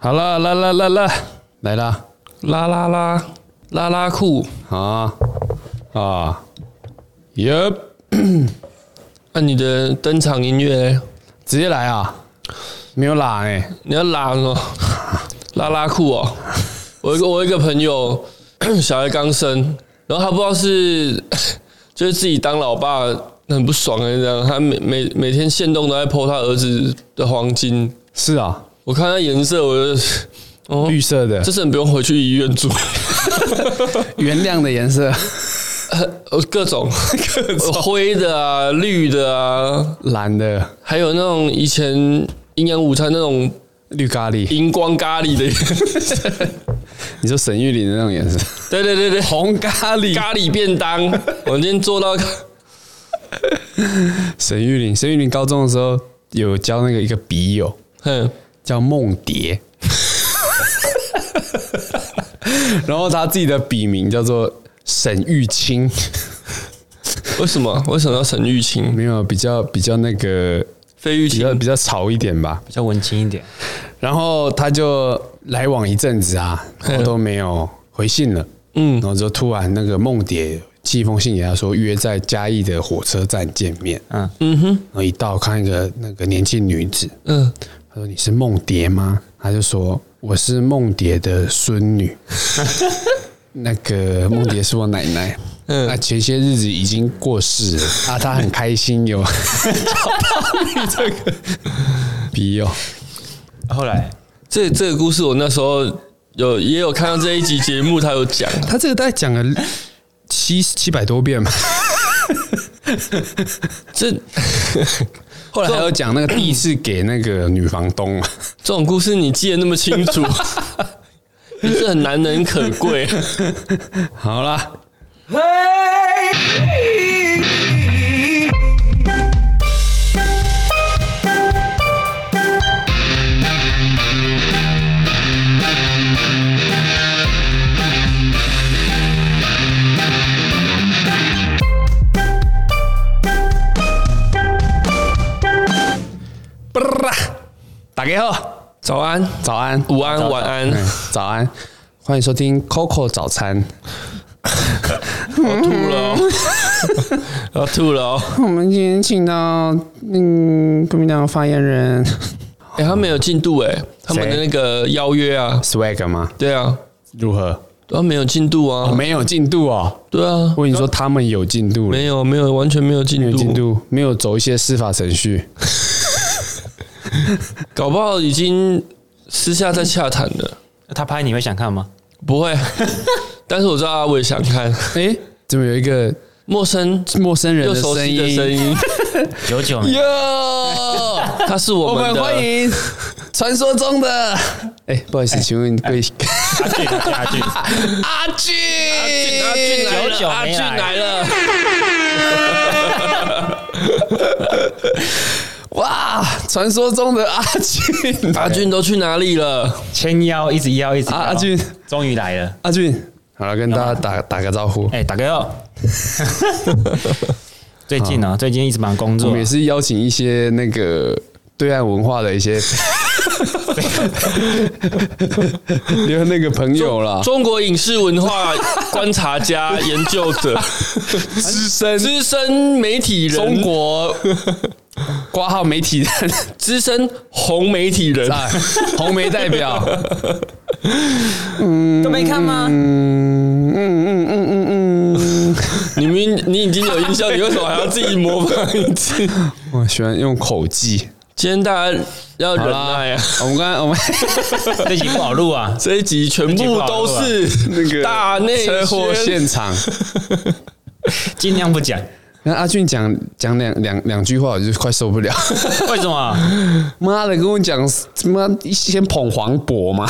好啦啦啦啦啦，来啦！拉拉拉拉拉裤，啊啊，耶！那、啊你的登场音乐嘞，直接来啊！没有啦哎、你要拉哦， 拉拉裤哦。我有一个我有一个朋友， 小孩刚生，然后他不知道是 就是自己当老爸很不爽还是这样，他每每每天现动都在剖他儿子的黄金，是啊，我看他颜色，我就 哦，绿色的这，次你不用回去医院住， 原谅的颜色，呃各种 各种灰的啊，绿的啊，蓝的，还有那种以前营养午餐那种绿咖喱。荧光咖喱的颜色。你说沈玉琳的那种颜色， 对对对对，红咖喱。 咖喱便当，我今天做到沈玉琳，沈玉琳高中的时候有交那个一个笔友，嗯，叫梦蝶， 然后他自己的笔名叫做沈玉清，为什么？为什么要沈玉清、没有比较比较那个费玉比清较？比较潮一点吧。比较文青一点。然后他就来往一阵子啊，我都没有回信了。嗯，然后就突然那个梦蝶寄一封信给他说约在嘉义的火车站见面。嗯嗯嗯哼，然后一到看一个那个年轻女子，嗯，他说你是梦蝶吗？他就说我是梦蝶的孙女。 那个梦蝶是我奶奶，嗯，那前些日子已经过世了啊，她很开心有 找到你这 个笔友，后来这这个故事我那时候有也有看到这一集节目，他有讲，他这个大概讲了七七百多遍吧， 这后来还有讲那个第一次给那个女房东嘛，这种故事你记得那么清 楚，你是很难能可贵。好啦，打给后，早安，早安，午安晚安嗯早安，欢迎收听 Coco 早餐。我吐了、 哦，我吐了、哦。我们今天请到嗯，国民党发言人哎、他们有进度哎、他们的谁那个邀约啊， Swag 吗？对啊，如何？他没有进度啊，哦，没有进度哦。对啊，我跟你说，他们有进度了，没有没有完全没有没进有度进，度，没有走一些司法程序。搞不好已经私下在洽谈了。他拍你会想看吗？不 会，但是我知道阿伟想看哎，怎么有一个陌生陌生人又的熟声悉的音？声 音，九九没哟， 他是我我们们的欢迎传说中的哎，不好意思，请问贵 阿俊阿俊，阿俊，哎阿俊啊来久久了，阿没俊来来了，哇，传说中的阿俊，阿俊都去哪里了？牵腰一直腰一直啊腰阿俊终于来了。阿俊，好了，跟大家打打个招呼。哎，大哥 哟，最近呢，最近一直忙工我作们也，是邀请一些那个对岸文化的一 些 留那个朋友啦，中国影视文化观 察家、研究者、资深资深媒体人、中国 挂号媒体人资深红媒体 人，啊，红媒代表，都没看吗？嗯嗯嗯嗯嗯你们你已经有印象，你为什么还要自己模仿一 次？嗯，我喜欢用口技。今天大家要忍哎耐啊！ 我们刚才我们这集不好录啊，这一集全部都是那个大内车祸宣现场，尽量不讲。那阿俊讲讲两两两句话，我就快受不 了。为什么？啊妈的，跟我讲什么先捧黄渤 嘛，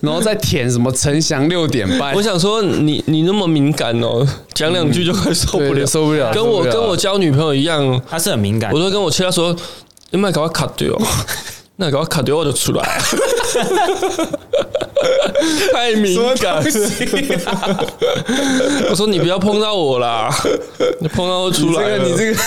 然后再舔什么陈翔六点半，我想说你，你那么敏感哦，讲两句就快受不对了，受不了跟受我不了跟我交女朋友一样哦，他是很敏感我，都跟我妻他说，你别给我卡 掉，那给我卡掉我就出来。太敏感了，我说你不要碰到我啦，你碰到我出你这来个了你这个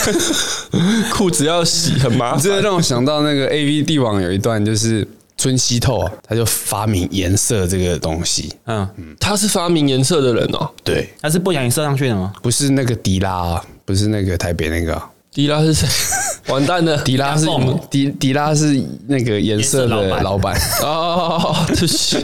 裤子要洗很麻你这烦个。让我想到那个 A V 帝王有一段，就是村西透啊他就发明颜色这个东西，嗯，他是发明颜色的人哦。对，他是不小心射上去的吗？不是那个迪拉啊，不是那个台北那个啊、迪拉是谁？完蛋了！迪拉是牙缝迪迪拉是那个颜色颜色老的板老板， 哦，对不起，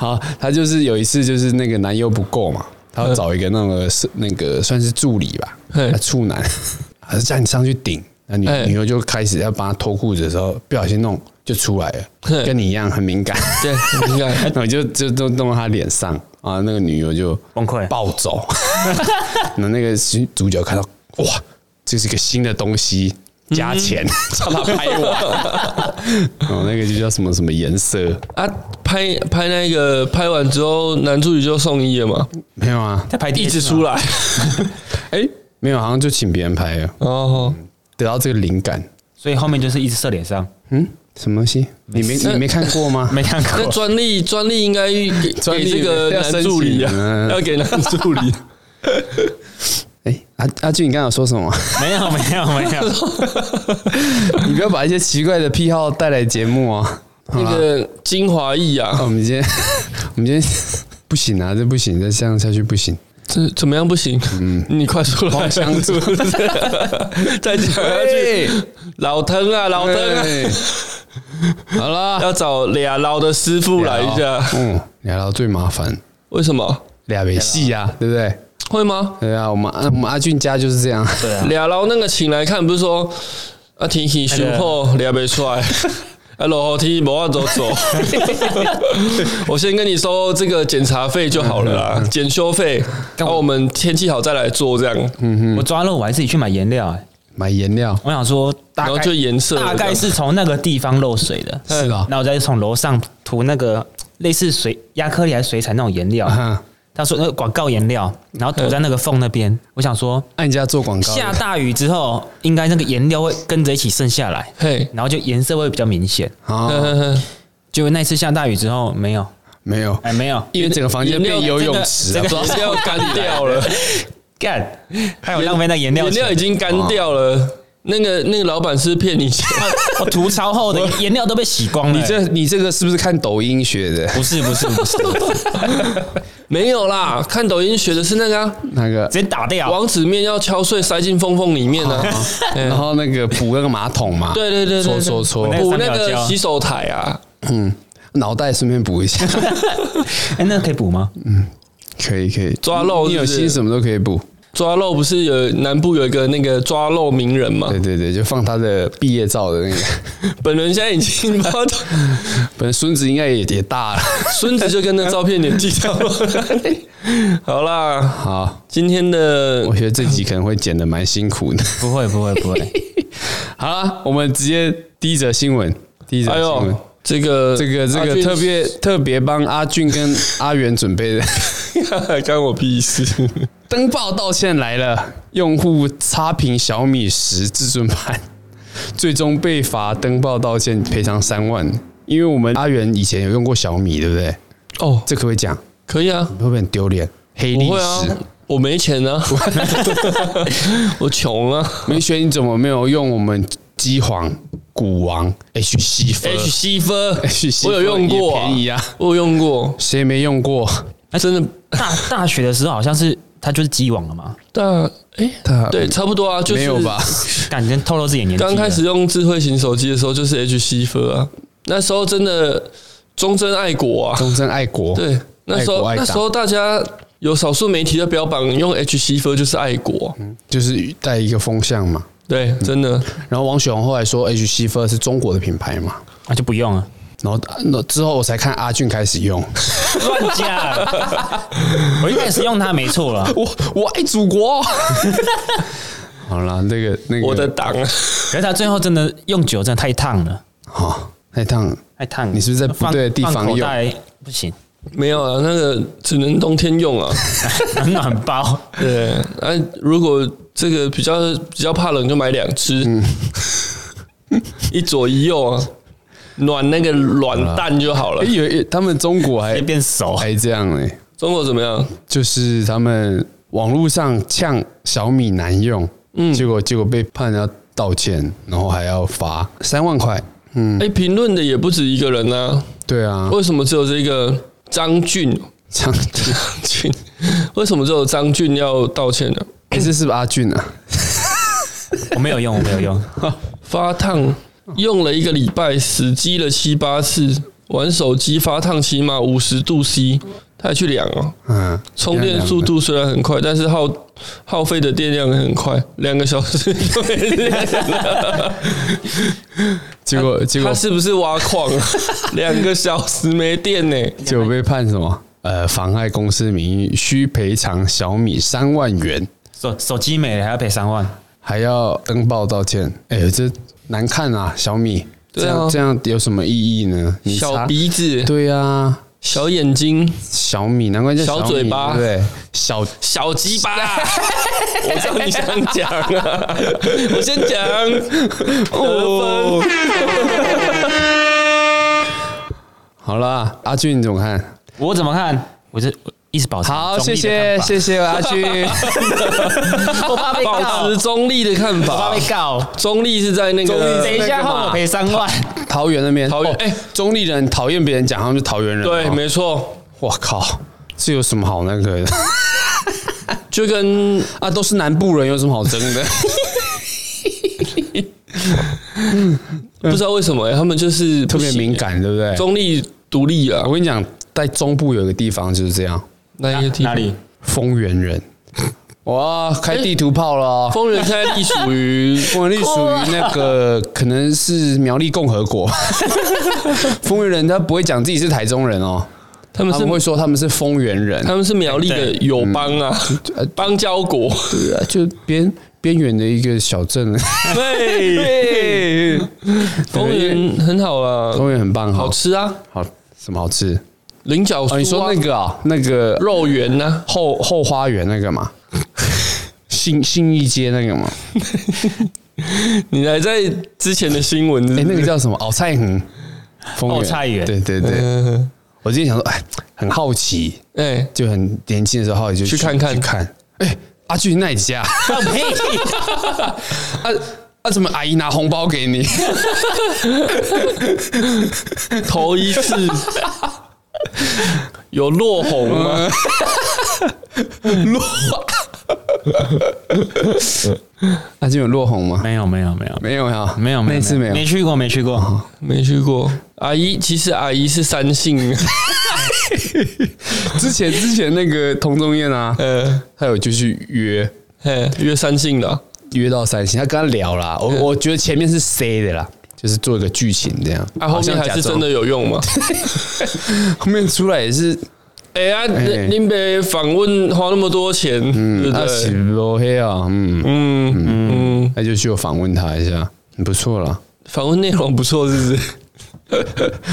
好，他就是有一次就是那个男优不够嘛，他要找一个那个是那个算是助理吧，嘿啊处男，还是叫你上去顶，那女嘿女优就开始要帮他脱裤子的时候，不小心弄就出来了，嘿跟你一样很敏感，对，应该 然后就就都弄到他脸上啊，那个女优就崩哎溃暴走， 那那个主角看到哇，这是个新的东西。加钱，嗯叫他拍完， 哦，那个就叫什么什么颜色？ 啊，拍拍那个拍完之后，男助理就送医了嘛，没有啊，他排第一一直次出来，来。 哎、没有，好像就请别人拍了，哦，得到这个灵感。所以后面就是一直射脸上，嗯，什么东西？你没你没看过吗？ 没看那过。专利专利应该给专利给这个要男助申理请啊，嗯 要给 男助理。哎、阿阿俊，你刚刚有说什么？ 没有没有没有，你不要把一些奇怪的癖好带来节目哦。好 那啦，个精华液啊啊，我们今天我们今天不行啊，这不行，再这样下去不 行。这怎么样不行？你快出来，相处 再讲下去，老疼啊，老疼啊，哎好啦，要找俩老的师傅来一下。嗯，聊到最麻烦，为什么？俩维戏呀，对不对？会吗？对啊，我们阿我们阿俊家就是这样。 对啊，俩老那个请来看，不是说啊，挺挺哎雄厚，俩没出来。 啊，楼梯不要走走，我先跟你收这个检查费就好了嗯啦，检修费。然后我们天气好再来做这样，嗯我抓漏，我还自己去买颜料、哎，买颜料我想说大然概后就颜色大概是从那个地方漏水 的，是啊那我再从楼上涂那个类似水亚克力还是水彩那种颜料，啊，他说那个广告颜料，然后涂在那个缝那边。我想说，按啊家做广告的，下大雨之后，应该那个颜料会跟着一起渗下来，嘿，然后就颜色会比较明显。呵啊，呵呵结果那次下大雨之后没有，没有，哎，没 有因为整个房间变游泳池这啊 个，颜料干掉了，干，还有浪费那个颜料颜钱，料已经干掉哦了。那个那个老板是骗 你钱，我涂超厚的颜料都被洗光了。欸你这你这个是不是看抖音学的？不是不是不是，没有啦，看抖音学的是那个啊那个，直接打掉。王子面要敲碎塞进缝缝里面呢、啊。哎然后那个补那个马桶嘛， 对对对对搓对搓搓，那个补三那角个胶洗手台啊，嗯，脑袋顺便补一下， 哎，那个可以补吗？可以可以，抓漏你是有不心是？什么都可以补，抓漏不是有南部有一个那个抓漏名人嘛对？对对，就放他的毕业照的那个，本人现在已经把本来孙子应该也也大了，孙子就跟那照片联系 上了。好啦，好，今天的 我觉得这集可能会剪的蛮辛苦的，不会不会不会， 好了，我们直接第一则新闻，第一则哎新闻呦。，这个这个这阿个俊特 别特别帮阿俊 跟阿元准备的干我屁事。登报道歉来了，用户差评小米十至尊版，最终被罚登报道歉，赔偿三万。因为我们阿元以前有用过小米，对不对？哦，这可不可以讲？可以啊，会不会很丢脸？黑历不会史。啊，我没 钱啊，我穷啊。明轩，你怎么没有用我们机皇股王 H 西分 H 西分 H 西我有用啊过、也便宜啊，我有用过，谁没用过？真的大 大学的时候好像是他就是鸡网了嘛，大哎、他对，差不多啊，就是没有吧？感觉透露自己的年纪了。 刚开始用智慧型手机的时候，就是 H 西分啊，那时候真的忠贞爱国啊，忠贞爱国，对，那时爱国候爱那党时候大家有少数媒体的标榜用 H 西分就是爱国，嗯就是带一个风向嘛。对，真的然后王雪红后来说，H 哎西分是中国的品牌嘛。啊就不用了，然后那之后我才看阿俊开始用，乱讲。我一开始用它没错了，我我爱祖国。啊好了，那个那个 我的党啊，可是它最后真的用久真的太烫了，好、那趟太烫了。你是不是在不对的地方放口用袋不行，没有啊，那个只能冬天用 啊。暖暖包。对，那、如果这个比较比较怕冷，就买两只，嗯 一左一右啊，暖那个卵蛋就好了 哎。有有他们中国还也变熟，还这样呢、中国怎么样？就是他们网络上呛小米难用，嗯，结果结果被判要道歉，然后还要罚三万块。嗯，哎，评论的也不止一个人呐、对啊，为什么只有这个张俊？ 这样子，张俊，为什么只有张俊要道歉呢、哎这是不是阿俊啊？我没有用，我没有用， 发烫用了一个礼拜，死机了七八次，玩手机发烫起码五十度 C，他还去量哦。嗯，充电速度虽然很快，但是耗耗费的电量也很快，两个小时就没电了。结果 结果啊他是不是挖矿啊？两个小时没电呢、结果被判什么？呃，妨碍公司名誉，需赔偿小米三万元，手手机没了还要赔三万，还要登报道歉。哎、这难看啊，小米，这对啊样这样有什么意义呢？你小查鼻子、对啊，小眼睛、小米，难怪叫小米嘴对巴不对，小小鸡巴啦，我知道你想讲啊，我先讲得分。好啦，阿俊你怎么看？我怎么看？我这我一直保持好，中立谢谢的看法谢谢阿俊，我怕被告保，持中立的看我怕法被。 告，中立是在那个，等一那下个嘛换我赔三万， 桃园那边，桃园哦哎中立人讨厌别人讲他们是桃园人，对，哦没错，我靠，这有什么好那个的就跟啊？都是南部人，有什么好争的？不知道为什么、欸他们就是 特不别行敏感，对不对？中立独立啊我，跟你讲，在中部有一个地方就是这样，那一个地方哪里？丰原人， 哇，开地图炮了哦。丰原现在隶 属于丰原隶属于那个可能是苗栗共和 国，丰原人他不会讲自己是台中人哦，他们他们会是说他们是丰原人，他们是苗栗的友邦啊，邦交国。对啊就边边缘的一个小镇，啊对，丰原很好啊，丰原很棒哈好，吃啊，好什么好吃？菱角酥、啊哦，你说那个啊，那个肉圆啊呐、后后花园那个嘛， 信信义街那个嘛，你还在之前的新闻是哎、不是那个叫什么？敖菜园，丰敖菜园对对嗯对。我之前想说，哎，很好奇，哎、就很年轻的时候好奇就去看看去看。哎、阿俊那一家，放屁！啊啊，怎么阿姨拿红包给你？哎头一次 有落红吗？阿俊有落红吗？没有没有没有没有呀，没有，没那有次没有。哦没去过没去过，没去过。阿姨，其实阿姨是三姓，啊之前之前那个童仲彦啊，呃，他有就去约嘿，约三姓的啊、约到三星，他跟他聊啦。我我觉得前面是 C 的啦，就是做一个剧情这样。啊，后面还是真的有 用吗？后面出来也是，哎呀，哎林北访问花那么多钱，对不啊，对？是罗黑啊，嗯，嗯嗯，那就去我访问他一下，很不错啦。访问内容不错，是不是？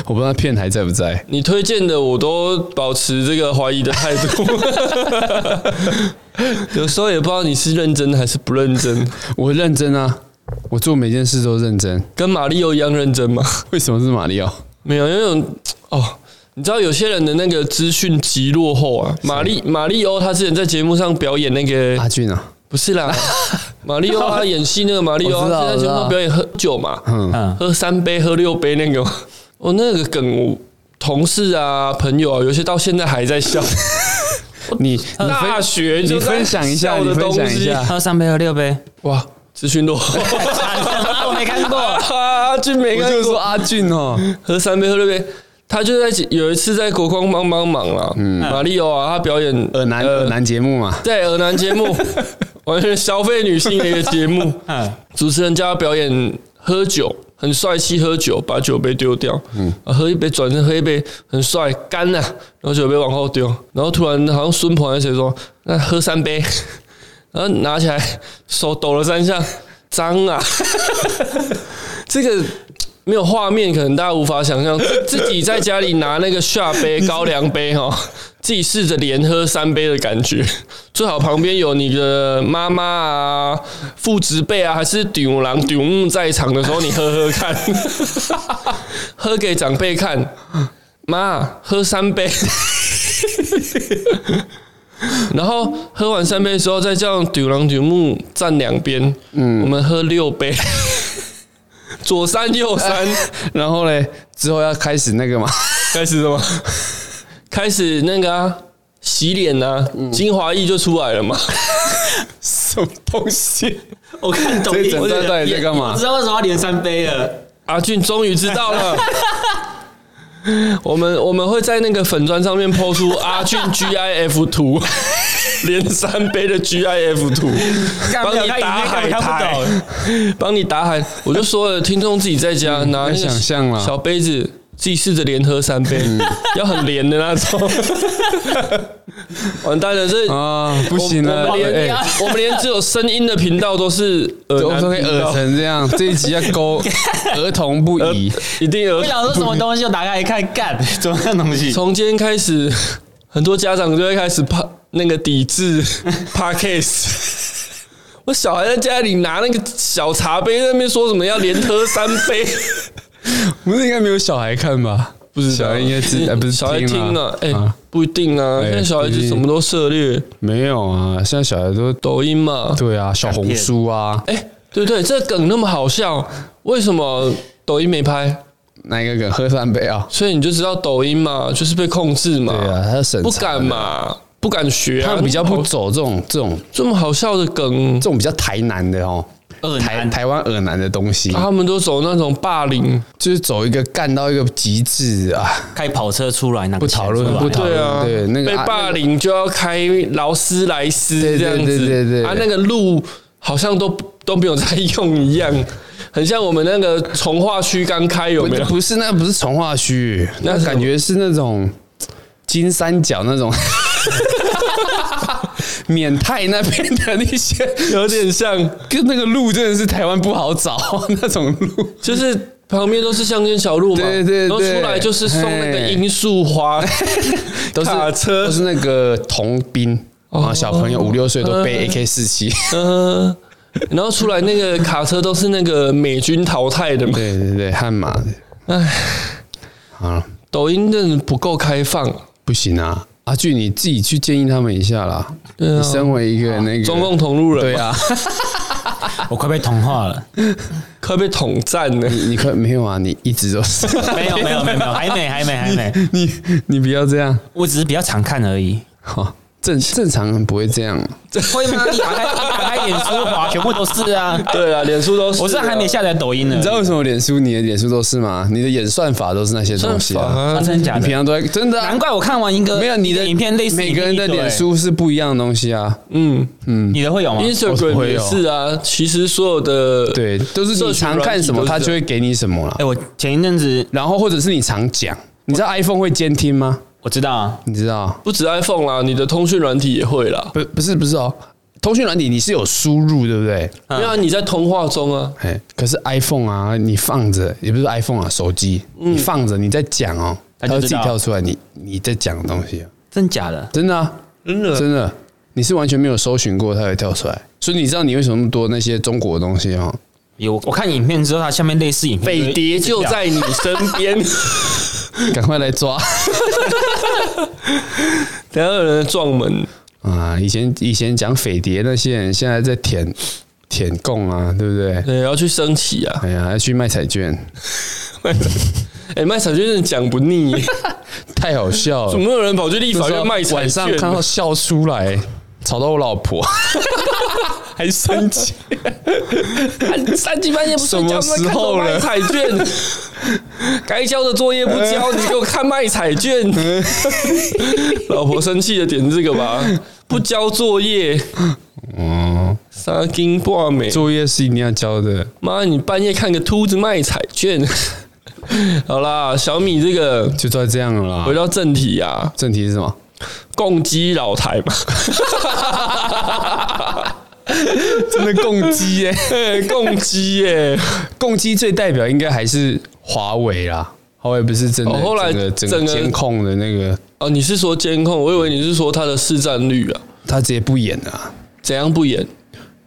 我不知道他片还在不在，你推荐的我都保持这个怀疑的 态度，有时候也不知道你是认真还是不认真，我认真啊，我做每件事都认真。跟马里奥一样认真吗？为什么是马里奥？没有，因为有哦，你知道有些人的那个资讯极落后啊。马丽马丽欧他之前在节目上表演那个、阿俊啊，不 是啦，马丽欧他演戏那个马丽欧，我他知道之前在节目上表演喝酒嘛，嗯，喝三杯喝六杯那个，哦那个梗我同事啊朋友啊，有些到现在还在笑。你你大学就你在分享一下，笑你的分东享一西，下，嗯喝三杯喝六杯，哇，资讯落后。我没看过，啊，俊没我看就过说阿俊哦，喝三杯喝六杯。他就在有一次在国光帮帮忙啦，马里奥啊，他表演耳男耳男节目嘛，在耳男节 目，完全消费女性的一个节目。嗯，主持人叫他表演喝酒，很帅气喝酒，把酒杯丢掉，嗯，喝一杯转身喝一杯，很帅干了、然后酒杯往后丢，然后突然好像孙鹏还是谁说，那喝三杯， 然后拿起来手抖了三下，脏啊， 这个。没有画面，可能大家无法想象，自自己在家里拿那个下杯、高粱杯哈，自己试着连喝三杯的感觉，最好旁边有你的妈妈啊、父职辈啊，还是顶郎顶母在场的时候，你喝喝 看，喝给长辈看，妈喝三杯。然后喝完三杯的时候，再叫顶郎顶木站两边，嗯，我们喝六杯，左三右三，然后嘞，之后要开始那个嘛， 开始什么？开始那个啊，洗脸啊，嗯精华液就出来了嘛。什么东西？我看抖这 音，整段到底在干嘛我知道为什么要连三杯了。阿俊终于知 道了。我们我们会在那个粉砖上面抛出阿俊 GIF 图， 连三杯的 GIF 图，帮你打海苔， 帮你打海。我就说了，听众自己在家拿嗯那个要想象嗯啦小杯子，自己试着连喝三杯， 要很连的那种。 完蛋了，这啊，不行了，我们哎连我们连只有声音的频道都是耳我男们可以频道耳成这样，这一集要勾儿童不宜。 一定耳我想说什么东西，我打开一看， 干，怎么样东西？从今天开始， 很多家长就会开始怕那个抵 制 Parkes。我小孩在家里拿那个小茶杯，在那边说什么要连喝三杯，不是应该没有小孩看吧？不 是小孩应该 知，哎不是小孩听了了，哎、啊不一定啊。哎现在小孩不一子定什么都涉猎，没有啊？现在小孩都抖音嘛，对啊，小红书啊，哦哎、对对，这梗那么好笑，为什么抖音没拍？哪一个梗喝三杯啊？所以你就知道抖音嘛，就是被控制嘛，对啊，他审查不敢嘛，不敢学他啊，们比较这不么好走这种这种这么好笑的梗这，种比较台南的哦，二台男，台湾耳南的东西，他们都走那种霸凌。就是走一个干到一个极致啊！开跑车出来，拿个不讨论钱出来不讨对啊，对那个被啊霸凌就要开劳斯莱斯对对这样子，对对对啊，那个路好像都 都没有在用一样，很像我们那个从化区刚开有不没有？不是那不是从化区，那那是感觉是那种金三角那种 缅泰那边的那些，有点像，跟那个路真的是台湾不好找 那种路。就是旁边都是乡间小路嘛，对对对然后出来就是送那个罂粟花，都是卡车都是那个童兵呃哦呃啊，小朋友五六岁都背 AK 四七， 嗯、然后出来那个卡车都是那个美军淘汰的嘛，对对对，悍马的，唉，啊，抖音真的不够开放，不行啊，阿俊你自己去建议他们一下啦。对啊你身为一个那个中共同路人，对，啊，啊我快被同化了。快被统战了。你可没有啊，你一直都是，没有，没有，没有，没有，还没，还没，还没。你你不要这样，我只是比较常看而已。好、正正常人不会这样，会吗？一打开，一打开演出滑，全部都是啊。 对啊，脸书都是，我是还没下载抖音呢。你知道为什么脸书你的脸书都是吗？你的演算法都是那些东西啊，啊真的假你平的？常都在真的啊、难怪我看完一个没有你的影片类似每个人的欸脸，书是不一样的东西啊，嗯你的会有吗？ ，Instagram 会也有是啊。其实所有的对，都是社你群常看什么，软他体都是就会给你什么啦哎，。我前一阵子然后或者是你常讲，你知道 iPhone 会监听吗？我知道啊，你知道？不止 iPhone 啦，你的通讯软体也会啦。不，不是，不是哦。通讯软体你是有输入，对不对？因为啊你在通话中啊，哎，可是 iPhone 啊，你放着也不是 iPhone 啊，手机、你放着，你在讲哦，它它嗯就会知自己道跳出来你你在讲的东西啊，真假的？真的啊，真的真的，你是完全没有搜寻过，它会跳出来。所以你知道你为什么那么多那些中国的东西哦？ 有我看影片之后，它下面类似影片匪谍就在你身 边。赶快来抓 等一下有人撞门，啊！以前以前讲匪谍那些人，现在在舔舔供啊，对不对？对，要去升旗啊。 哎呀，要去卖彩券，哎，卖彩券真的讲 不腻耶，太好笑了怎。么会有人跑去立法院卖彩晚上券？啊看到笑出来，吵到我老婆， 还生气。三更半夜不睡觉，什么时看候我卖了彩券？ 该交的作业不交，你给我看卖彩券。 老婆生气的点是这个吧，不交作业，哦，三更半夜，作业是一定要交的。妈，你半夜看个秃子卖彩券。 好啦，小米这个就照这样了回啦。到正题啊，正题是什么？共击老台嘛， 真的共机 耶、哎嘿共击耶、共机最代表应该还是华为啦。华为不是真的，哦后来整个整整个个监控的那个，哦，你是说监控？我以为你是说他的市占率啊，他直接不演了啊、怎样不严？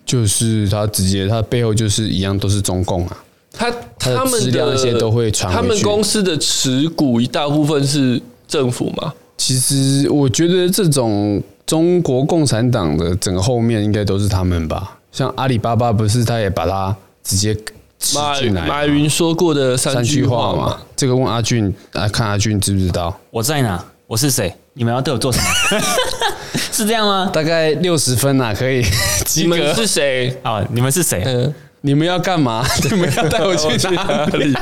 就是他直接他背后就是一样都是中共啊。他的他们质量一些都会传回他去们公司的持股一大部分是政府嘛？其实我觉得这种中国共产党的整个后面应该都是他们吧，像阿里巴巴不是他也把它直接吃马进来。马云说过的三三句句话话嘛嘛，，这个问阿俊啊，看阿俊知不知道？我在哪？我是谁？你们要对我做什么？是这样吗？大概六十分啊，可以及你格。们是谁？啊，你们是谁？嗯，你们要干 嘛？你们要带我去哪里？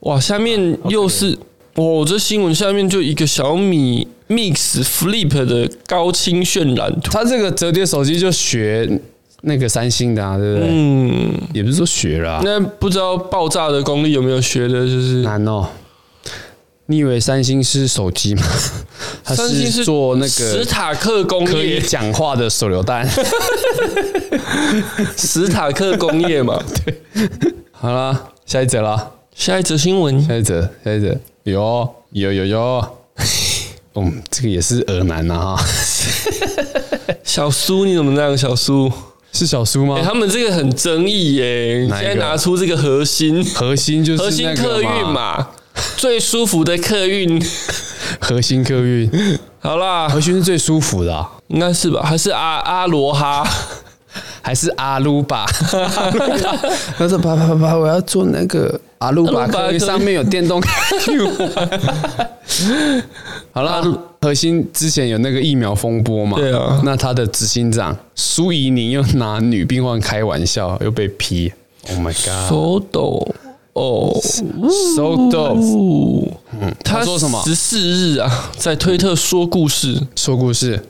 哇，下面又是哇，我这新闻下面就一个小米 Mix Flip 的高清渲染图，他这个折叠手机就学那个三星的啊，对不对？嗯，也不是说学啦、那不知道爆炸的功力有没有学的，就是难哦。你以为三星是手机吗？它三星是做那史个塔克工可以业，讲话的手榴弹。 史塔克工 业嘛。好啦，下一则啦，下一则新闻，下一则，下一则，有哦有有 有哦。嗯，这个也是耳男啊，哈 小苏你怎么那样？小苏，是小苏吗哎、？他们这个很争议耶、哪一现个在拿出这个核心，核心就是核心那个客运嘛，最舒服的客运。核心客运，好啦核，心是最舒服的啊、应该是吧？还是阿阿罗哈？ 还是阿鲁巴？ 他说：“爸爸爸爸，我要坐那个阿鲁巴阿鲁巴客运，客运上面有电 动好啦，核心之前有那个疫苗风波嘛？对啊那他的执行长苏怡宁又拿女病患开玩笑，又被批。Oh my god！手抖哦 So dope 嗯，他说什么十四日啊，在推特说故事，说故事，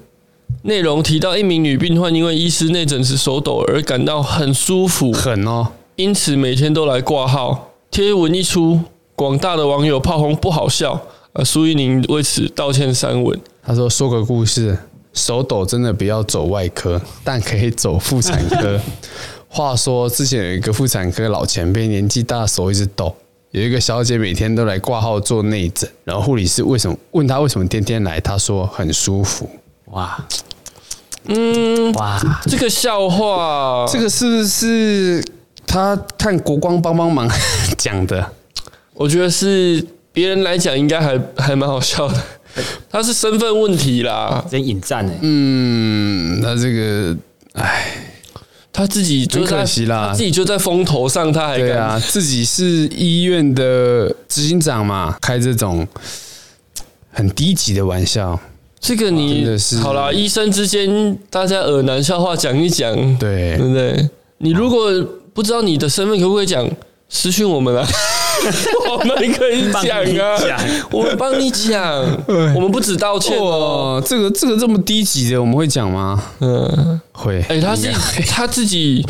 内容提到一名女病患因为医师内诊时手抖而感到很舒服，狠哦！因此每天都来挂号。贴文一出，广大的网友炮轰不好笑。啊，苏一宁为此道歉三文。他说：“说个故事，手抖真的不要走外科，但可以走妇产科。话说之前有一个妇产科老前辈，年纪大，手一直抖。有一个小姐每天都来挂号做内诊，然后护理师为什么问她为什么天天来，她说很舒服。哇，嗯，哇，这个笑话，这个是不是她看国光帮帮忙 讲的？我觉得是别人来讲应该还还蛮好笑的。他是身份问题啦，真引战哎、嗯，他这个他自己就很在可惜啦他自己就在风头上，他还对敢啊，自己是医院的执行长嘛，开这种很低级的玩笑。这个真你的是好啦，医生之间大家耳难笑话讲一讲，对对不对？你如果不知道你的身份，可不可以讲？私讯我们 啊，我们可以讲帮你啊讲，我们帮你讲，我们不止道歉哦。哇，这个这个这么低级的，我们会讲吗？嗯，会。哎，他是他自己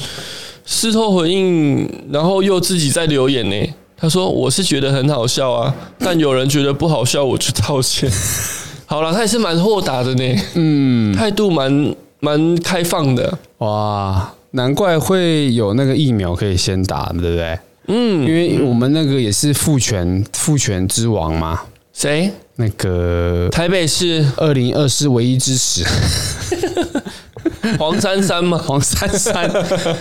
事后回应，然后又自己在留言呢。他说：“我是觉得很好笑 啊，但有人觉得不好笑，我就道歉。” 好了，他也是蛮豁达的呢，嗯，态度蛮蛮开放的。哇，难怪会有那个疫苗可以先打，对不对？嗯，因为我们那个也是父权父权之王嘛，谁？那个台北市二零二四唯一支持黄珊珊 吗？ 黄珊珊，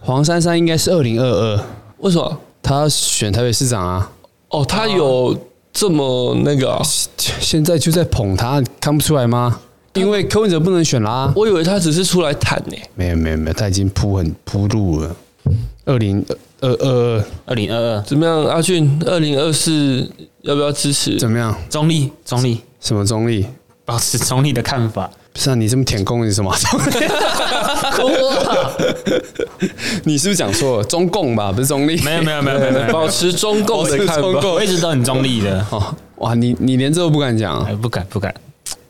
黄珊珊应该是二零二二，为什么？她选台北市长啊，哦，他有这么那个啊、现在就在捧她，看不出来吗？因为柯文哲不能选啦，我以为他只是出来谈呢、没有没有没有，他已经铺很铺路了。二零二二二二零二二，怎么样，阿俊？二零二四要不要支持？怎么样？中立，中立，什么中立？保持中立的看法。不是啊，你这么舔共是什么？你是不是讲错了？中共吧，不是中立。没有，没有，没有，没有，没有， 保持中共的看保持中法？共我一直都很中立的，哦，哇，你你连这都不敢讲啊？哎，不敢，不敢。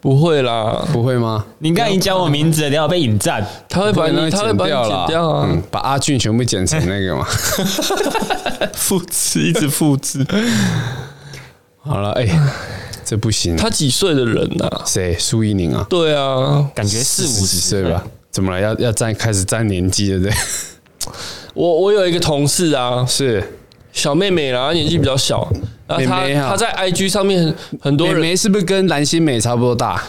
不会啦，不会吗？你刚才已经讲我名字了，你要被引战。他会把你，他会把你剪掉啊！嗯，把阿俊全部剪成那个嘛。复制一直复制。好了，哎、这不行。他几岁的人呐、啊？谁？苏一宁啊，对啊，感觉四五十十岁吧？怎么了？要要占开始占年纪了，对不对？我我有一个同事啊，是小妹妹啦，她年纪比较小，然后她妹妹啊她在 IG 上面很很多美人眉是不是跟蓝心美差不多大？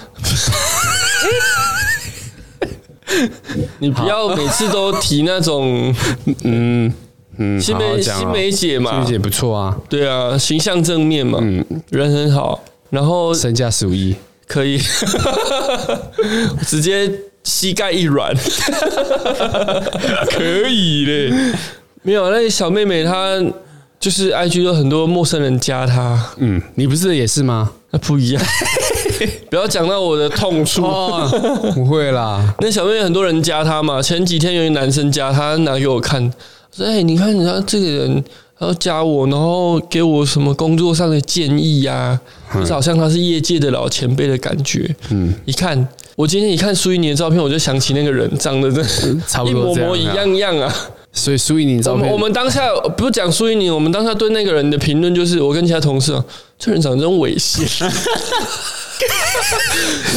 你不要每次都提那种 嗯，新好好梅讲哦新梅姐新梅嘛，姐不错啊，对啊，形象正面嘛，人很好，然后身价十五亿。可以直接膝盖一软，可以嘞。没有，啊那小妹妹她就是 IG 有很多陌生人加她，嗯，你不是也是吗？那不 一样。不要讲到我的痛处。哦，不会啦，那小妹妹很多人加她嘛，前几天有一个男生加她，拿给我看，说：“哎、你看人家这个人，然后加我，然后给我什么工作上的建议呀、嗯就是好像他是业界的老前辈的感觉。”嗯，一看我今天一看苏一宁的照片，我就想起那个人长得真的 差不一多模这样模啊一样样啊。所以苏以你我照们片，我们当下不讲苏一宁，我们当下对那个人的评论就是，我跟其他同事啊，这人长得真猥 亵。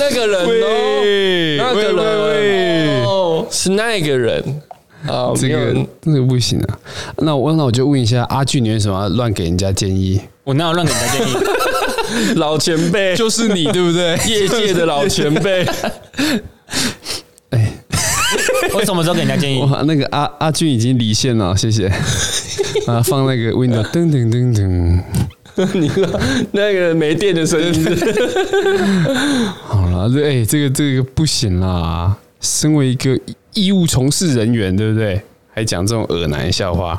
那个人哦，哎那个人哦，是那个人啊，这没有个人这个不行啊。那我那我就问一下阿俊，你为什么要乱给人家建议？我哪有乱给人家建议？老前 辈，就是你对不对？业界的老前辈，我什么时候给人家建议？哎哇，那个阿阿俊已经离线了，谢 谢。啊，放那个 window 噔噔噔噔。 你说那个没电的声音 是，好了，这哎、这个这个不行啦。身为一个义务从事人员，对不对？还讲这种恶男笑话，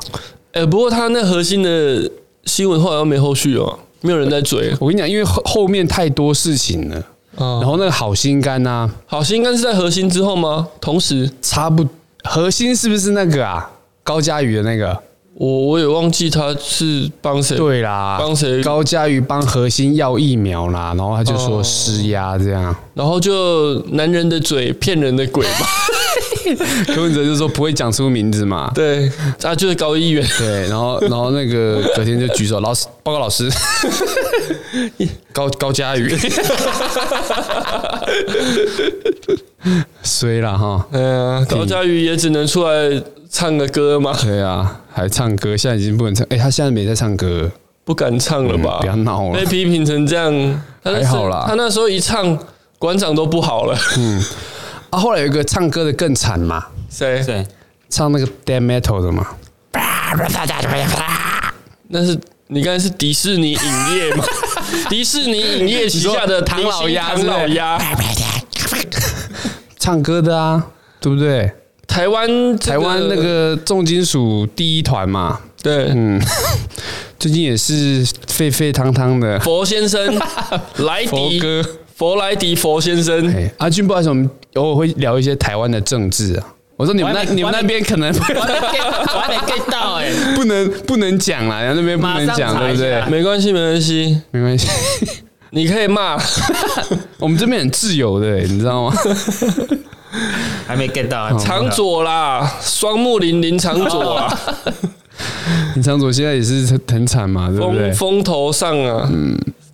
哎，不过他那核心的新闻后来又没后续哦，没有人在追我跟你讲，因为后后面太多事情了。然啊。后那个好心肝呐、啊，好，应该是在核心之后吗？同时，差不核心是不是那个啊？高佳瑜的那个？我我也忘记他是帮谁对啦，帮谁高佳瑜帮核心要疫苗啦，然后他就说施压这样，然后就男人的嘴骗人的鬼嘛，柯文哲就说不会讲出名字 嘛。 对， 啊，就是高议员，对，然后然后那 个隔天就举手，老师报告老 师，高高佳 瑜，衰啦哈。哎呀，高佳瑜也只能出来唱个歌嘛，对啊，还唱歌，现在已经不能唱。哎、他现在没在唱歌了，不敢唱了吧？嗯不要闹了被批评成这样，他那时还好啦他那时候一唱，馆长都不好了， 啊。后来有一个唱歌的更惨嘛，谁？对，唱那个 dead metal 的嘛，那是你刚才是迪士尼影业 嘛？迪士尼影业旗下你的说唐明老星鸭唐老是不是鸭，唱歌的啊，对不对？台湾这台湾那个嗯重金属第一团嘛，对最近也是沸沸汤汤的。佛先生 莱迪佛佛莱迪佛先生。哎，阿俊，不好意思，我们偶尔会聊一些台湾的政治啊。我说你们那我还没你们那边可能 我还没 get，我还没 get 到哎、不能不能讲啦，然后那边不能马上讲，查对一不下对？没关系，没关系，没关系， 你可以骂。我们这边很自由的、你知 道吗？还没 get 到，啊哦长左啦，双木林林长左啊，林长佐现在也是很惨嘛，对不对风？风头上啊，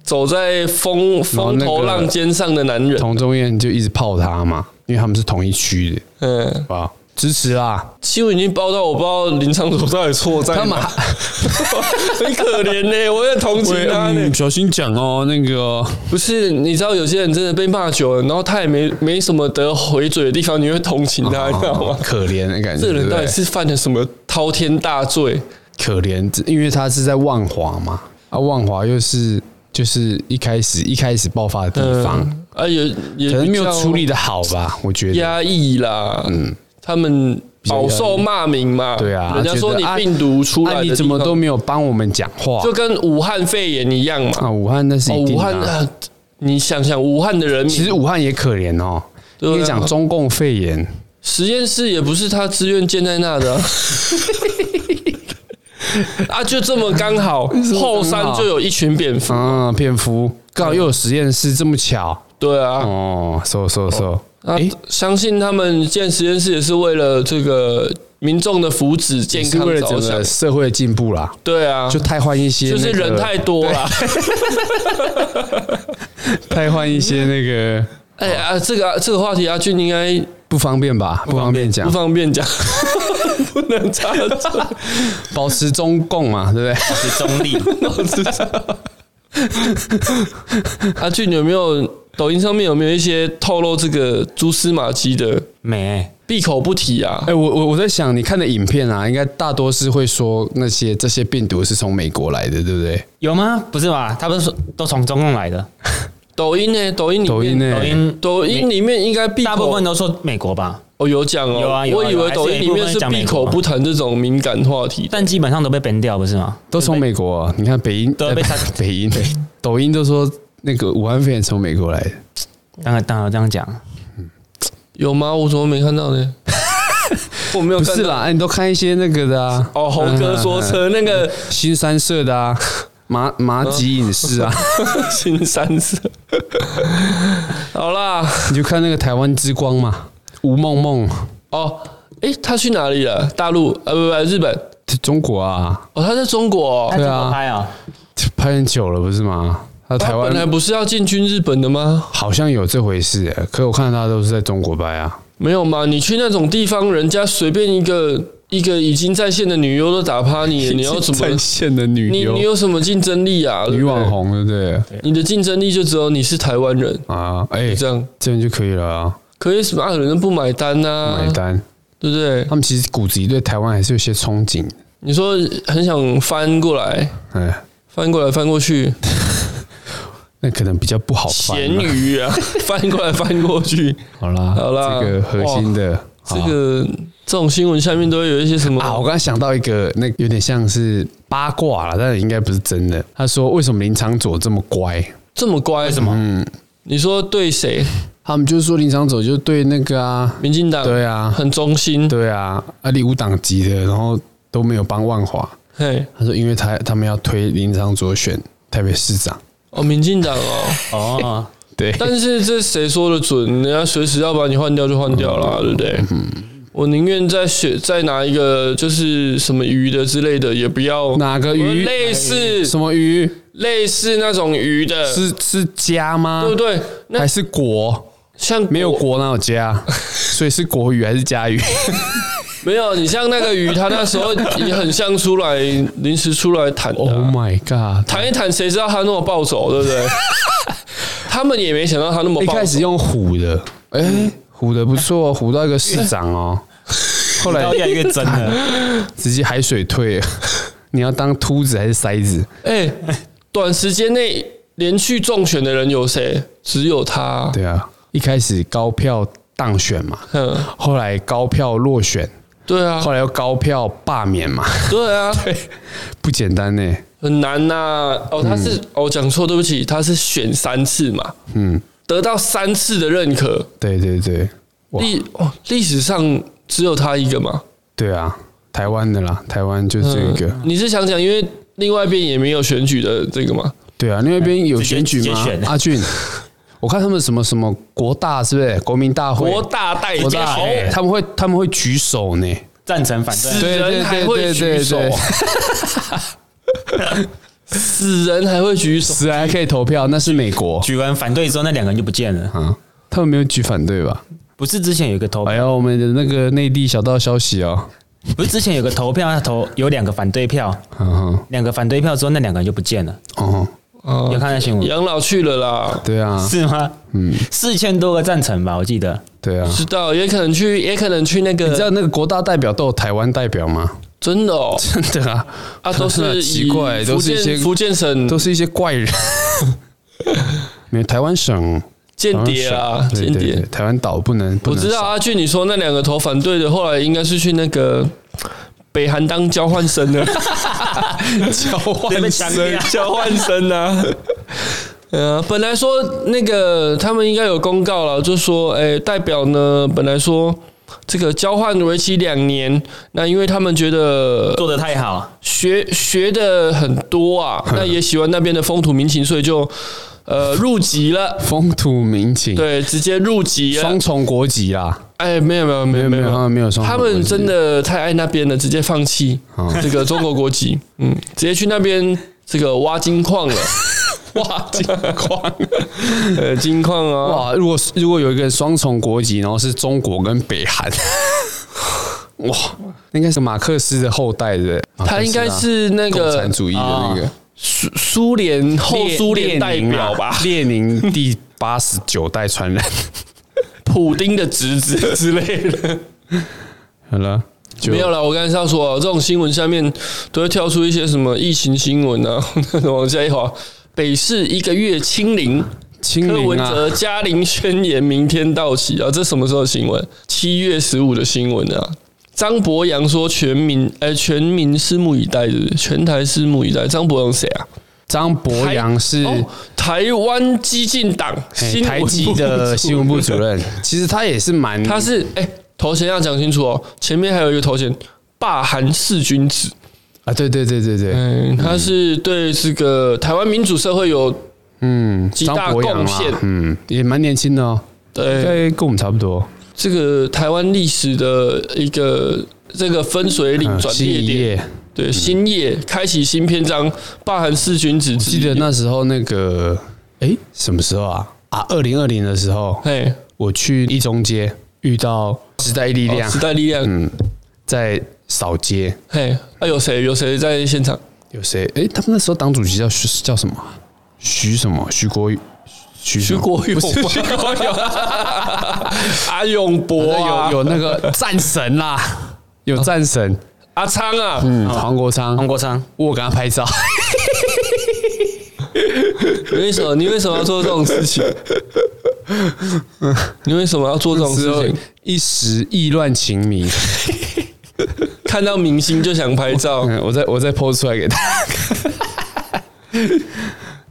走在风后风那个头浪尖上的男人，童中燕就一直泡他嘛，因为他们是同一区的，嗯，好不好？支持啦，新闻已经报道，我不知道林长左到底错在他们哪， 很可怜呢，我也 同情他呢。嗯小心讲哦，那个哦、不是，你知道有些人真的被骂久了，然后他也没没什么得回嘴的地方，你会同情他，你知道吗？ 可怜的感觉，这哦对人不到底对？是犯了什么滔天大罪？可怜，因为他是在万华嘛，啊，万华又是就是一开始一开始爆发的地方，嗯啊，也也可能没有比较处理的好吧，我觉得。啊压抑啦，嗯，他们饱受骂名嘛，对啊，人家说觉你得啊病毒出啊来的地方、你怎么都没有帮我们讲话？就跟武汉肺炎一样嘛，啊，武汉那是哦，一武定汉的、啊。啊，你想想武汉的人民，其实武汉也可怜哦，对啊因为讲中共肺炎，实验室也不是他自愿建在那 的啊、啊，就这么刚 好，后山就有一群蝙蝠，啊，蝙蝠刚好啊又有实验室，这么巧对啊，哦，收收收，啊哎，，相信他们建实验室也是为了这个民众的福祉、健是为了康着整想个，社会的进步啦，对啊，就太换一些就那个，是人太多了。太换一些那个哎啊，这个这个话题阿俊应该不方便吧，不方便讲不，方便讲， 不能插嘴。保持中共嘛，对不对？是中立， 阿俊有没有抖音上面有没有一些透露这个蛛丝马迹的，没闭口不提啊？哎，我我我在想，你看的影片啊，应该大多是会说那些这些病毒是从美国来的，对不对？有吗？不是吧？他不是说都从中共来的，抖音呢？抖音里面，抖音呢抖音抖音里面应该闭口大部分都说美国吧，哦有讲哦，有啊有啊我以有啊为抖音里面是闭口不谈这种敏感话题的。但基本上都被 ban 掉，不是吗？都从美国、啊，你看北英 对被他北英抖音都说那个武汉肺炎从美国来的，当然当然这样讲，有吗？我怎么没看到 呢？我没有不看是嗯到。啦，哎你都看一些那个的啊，哦，猴哥说车那个新三社的啊，麻麻吉影视 啊，新三色， 好啦，你就看那个台湾之光嘛，吴梦梦，哦，诶，他去哪里了？大陆呃，不不，日本中国啊，哦，他在中国、哦，对啊他怎么拍啊，拍很久了不是吗？他台他本来湾不是要进军日本的吗？好像有这回事、欸，可我看他都是在中国拍啊。没有吗？你去那种地方，人家随便一个一个已经在线的女优都打趴你，你要怎么？在线的女你优你有什么竞争力啊？对女不对网，红，对不对？你的竞争力就只有你是台湾人，啊，哎，这样这样就可以了啊，可以什么、啊、人家不买单呐、买单。对不对？他们其实骨子里对台湾还是有些憧憬，你说很想翻过来，哎，翻过来，翻过去，那可能比较不好翻咸啊。鱼啊，翻过来翻过 去，好啦，好啦这个核心的这个这种新闻下面都会有一些什么啊，我刚才想到一个，那有点像是八卦啦，但应该不是真的。他说为什么林长佐这么乖？这么乖？什么？嗯你说对谁？他们就是说林长佐就对那个啊，民进党对啊，很忠心，对啊，啊立无党籍的，然后都没有帮万华。嘿，他说因为他他们要推林长佐选台北市长，哦，民进党哦，哦，对，但是这谁说的准？人家随时要把你换掉就换掉嗯啦，对不对？我宁愿再选再拿一个就是什么鱼的之类的，也不要哪个我鱼？类似什么鱼？类似那种鱼的，是是家吗？对不对？那还是国？像没有国国哪有家？所以是国语还是家语？没有，你像那个鱼，他那时候也很像出来临时出来谈的啊 Oh my god！谈一谈，谁知道他那么暴走，对 不对？他们也没想到他那么一暴开走。始用虎的，哎、虎的不错，哦虎到一个市长哦。后来到越来越真 了，直接海水退 了。你要当秃子还是塞子？哎、短时间内连续中选的人有谁？只有他。对啊，一开始高票当选嘛，嗯，后来高票落选，对啊后，来又高票罢免嘛， 对啊，不简单呢、很难呐、哦，他是、哦，讲错，对不起，他是选三次嘛，嗯，得到三次的认可。对对对，哇，历哦，历史上只有他一个嘛。对啊，台湾的啦，台湾就这个。你是想讲，因为另外一边也没有选举的这个嘛？对啊，那边有直接选举吗直接选？阿俊，我看他们什么什么国大是不是国民大会？国大代国表，大哎他们会他们会举手呢，赞成反对，死人还会举手，死人还会举手。死还可以投票，那是美国举完反对之后，那两个人就不见了。啊，他们没有举反对吧？不是之前有一个投，哎呀，我们的那个内地小道消息哦，不是之前有个投票，他投有两个反对票，嗯哼，两个反对票之后，那两个人就不见了。哦，哦有看那嗯新闻养老去了啦，对啊，是吗？嗯，四千多个赞成吧，我记得。对啊，知道，也可能去，也可能去那你知个，道那个国大代表都有台湾代表吗？ 真的哦，真的啊，啊，都是 以奇怪，福都是一建些福建省都是一些怪 人，没有台湾省间谍啊，对间对对谍。台湾岛不能，不我能知道少阿俊，你说那两个投反对的，后来应该是去那个北韩当交换生啊的，交对换被强奸生，交换生啊。 呃，本来说那个他们应该有公告了，就说，哎、代表呢，本来说这个交换为期两年，那因为他们觉得做的太好，学学的很多啊，那也喜欢那边的风土民情，所以就呃入籍了，风土民情，对，直接入籍了双。重国籍啦，哎，没有没有没没有有没有，没他有们，没有双重他国籍，们真的太爱那边了，直接放弃嗯这个中国国籍，嗯，直接去那边这个挖 金矿了，挖金矿，呃，金矿啊，哇！如果如果有一个双重国籍，然后是中国跟北韩， 哇，那应该是马克思的后代对不对？他应该是那啊共个啊产主义的那个苏苏联后苏联代表吧，列宁啊列宁第八十九代传 人。普丁的侄子之类的。好了，就没有了，我刚才是要说、啊这种新闻下面都会跳出 一些什么疫情新闻啊，往下一滑，北市一个月清零，清柯明文哲啊，嘉陵宣言明天到期啊，这什么时候的新闻？七月十五的新闻啊。张博洋说：“全民，哎、全民拭目以待，是不是？全台拭目以待。”张博洋谁啊？张博洋是哦、台湾激进党哎新闻台积部 的新闻部主任。任，其实他也是蛮，他是哎、头衔要讲清楚哦，前面还有一个头衔“霸韩四君子啊，对对对对”，对，嗯，他是对这个台湾民主社会有呃嗯，极张大博洋贡啊献，嗯，也蛮年轻的哦，对应该跟我们差不多，这个台湾历史的一个这个分水岭嗯转新捩一点，页，嗯对新页开启新篇章，霸韩四君子之记一。得那时候那个，哎，什么时候啊？啊，二零二零的时候，嘿，我去一中街遇到时代力哦量嗯时代力量，在扫街，嘿，啊有谁有谁在现场？有谁？哎，他们那时候党主席叫徐叫什么啊？徐什么？徐国徐什徐么国勇不是 吗，徐国勇，阿勇博啊，有有那个战神啦，有战神，阿昌啊，嗯，黄国昌，黄国昌，我有跟他拍照，你为什么？你为什么要做这 种事情？你为什么要做这种事之后情？一时意乱情迷，看到明星就想拍照，嗯，我再我再 PO 出来给他，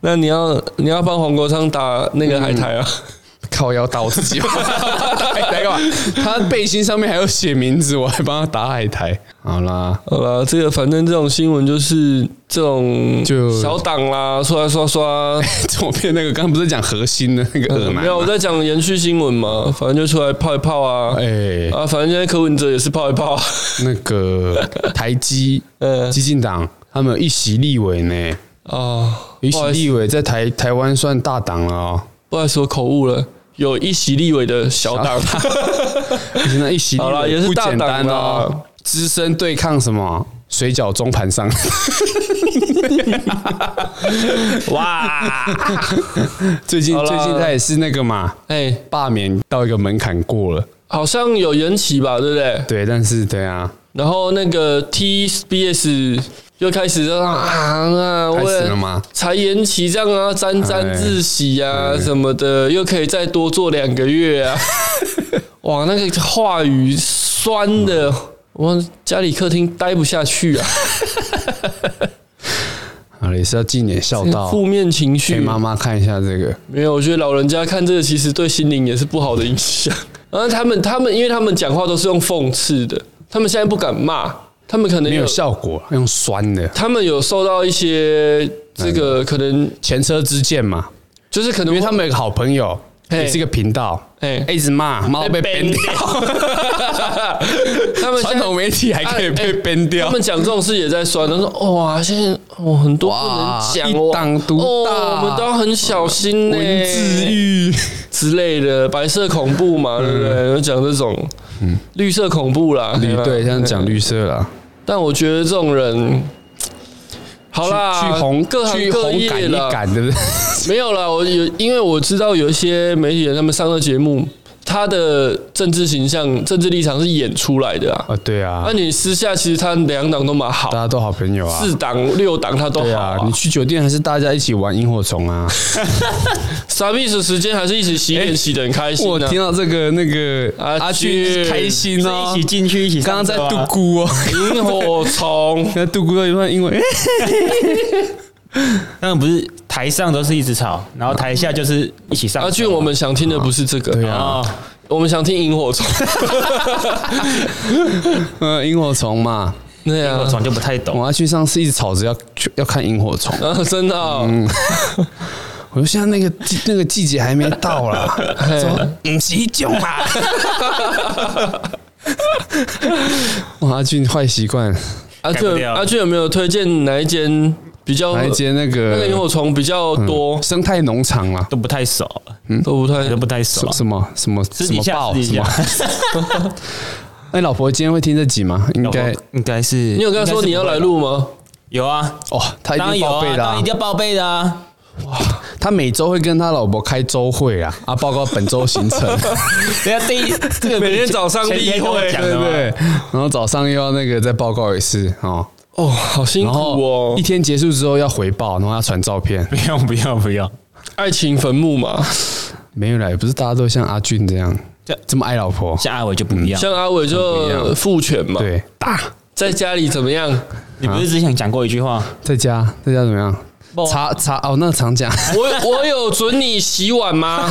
那你要你要帮黄国昌打那个海苔啊？靠腰打我自 己吧，打海苔干嘛？他背心上面还有写名字，我还帮他打海苔。好 啦，好啦，这个反正这种新闻就是这种就小党啦，刷刷刷。左边那个刚刚不是讲核心的那个耳没有，我男吗？在讲延续新闻嘛，反正就出来泡一泡啊。哎，啊，反正现在柯文哲也是泡一泡啊，那个台积嗯激进党，他们有一席立委呢，哦，啊 有一不席好意思立委在台台湾算大党了哦。不好意思，我口误了，有一席立委的小党，现在一席立委 好啦也是不大简党啦单哦，资深对抗什么水饺中盘 商，哇， 最近好啦最近他也是那个嘛，哎，罢免到一个门槛过了，好像有延期吧，对不对？对，但是对啊，然后那个 TBS 又开始就啊啊，开为始了吗？才延期这样啊，沾沾自喜哎啊什么的，又可以再多做两个月 啊！哇，那个话语酸的，我家里客厅待不下去啊，啊也是要尽点孝道，负面情给绪。妈妈看一下这个，没有，我觉得老人家看这个其实对心灵也是不好的影响。 然后他们他们，因为他们讲话都是用讽刺的，他们现在不敢骂，他们可能没有有效果，啊用酸的他们有受到一些这个可能前车之鉴嘛，就是可哎因能为他们有个好朋友，嘿也是一个频道。哎一直骂，骂到被 ban 掉。他 们 传现在统媒体还可以被 ban 掉 他，们讲这种事也在酸，他说哦哇，现在我很多不能讲哇哦，一党独大哦，我们都要很小心呢，文字狱。之类的，白色恐怖嘛，对不对？讲这种，绿色恐怖啦，绿吧对，像讲绿色啦，但我觉得这种人，好啦，去红各行去各红业感一啦，感，对不对？没有啦，我有，因为我知道有一些媒体人他们上了节目，他的政治形象、政治立场是演出来的啊。啊，对啊那、，你私下其实他两党都蛮好大，家都好朋友啊。四党六党他都对好、啊，你去酒店还是大家一起玩萤火虫啊？傻逼的时间还是一起洗脸洗得很开心哎我啊。听到这个那个阿阿俊俊开心是哦一起，进去一起刚刚在上车啊，度孤哦，萤火 ，虫在度孤到一半，因为 他们不是台上都是一直吵，然后台下就是一起上车。阿啊俊，我们想听的不是这个，对啊，啊，我们想听萤 火虫。呃萤火虫嘛，对啊我，总就不太懂。我阿俊上次一直吵着要要看萤火虫， 啊，真的哦、嗯我说现在那个季那个季节还没到 啦，说不是一种嘛。哇，阿俊坏习惯，阿改不俊，掉阿俊有没有推荐哪一间比较来接那那个萤个火虫比较多？生态农场啦，都不太熟，嗯都不太都不太熟什。什么什么私什底么下，报私什底么下，，哎，老婆今天会听这集吗？应该应该是。你有跟他说你要来录吗？有啊，哦，他当一定然有报啊，备当啦、然一定要报备的啊。他每周会跟他老婆开周会啊，啊，报告本周行程，人家第一这个每天早上前天例跟我会 讲对的不嘛，对？然后早上又要那个再报告一次哦，哦，好辛然苦后哦一。天结束之后要回报，然后要传照片，不用不用不用，爱情坟墓嘛，没有啦，也不是大家都像阿俊这样这这么爱老婆。像阿伟就不一样。像阿伟就父权嘛，对，在家里怎么样？你不是之前讲过一句话？在家在家怎么样？不查查哦，那个常 讲， 我我有准你洗碗吗？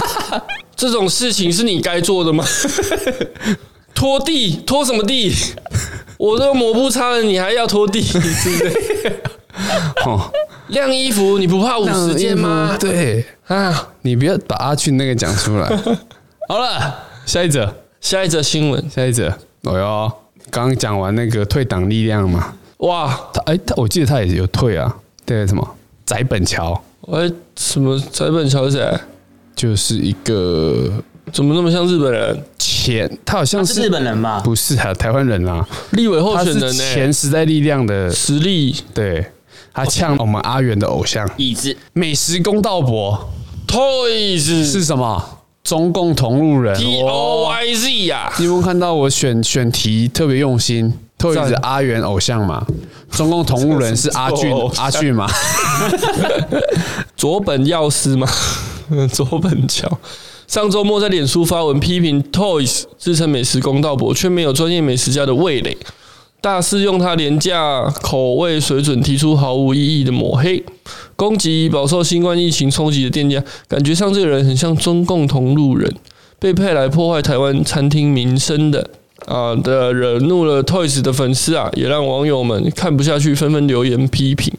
这种事情是你该做的吗？ 拖地拖什么地？我都抹布擦了，你还要拖地，是不是？哦，晾衣服你不怕五十件吗？对啊，你不要把阿俊那个讲出来。好了，下一则，下一则新闻，下一则，哦哟，刚刚讲完那个退党力量嘛，哇，他哎、他我记得他也有退啊，对什么翟本桥我还什么翟本桥是谁？就是一个怎么那么像日本人？前，他好像是日本人吧？不是啊，台湾人啊，立委候他选是人呢、前时代力量的，实力对他呛我们阿元的偶像椅子美食公道伯 Toys 是什么？中共同路人 T O Y Z 啊呀、你有没有看到我选选题特别用心？特别是赞阿元偶像嘛，中共同路人是阿 俊偶像阿俊嘛？佐本耀司吗？ 佐本桥上周末在脸书发文批评 Toys 自称美食公道伯，却没有专业美食家的味蕾，大肆用他廉价口味水准提出毫无意义的抹黑，攻击饱受新冠疫情冲击的店家，感觉上这个人很像中共同路人，被派来破坏台湾餐厅名声的。啊的惹怒了 Toys 的粉丝啊，也让网友们看不下去，纷纷留言批评。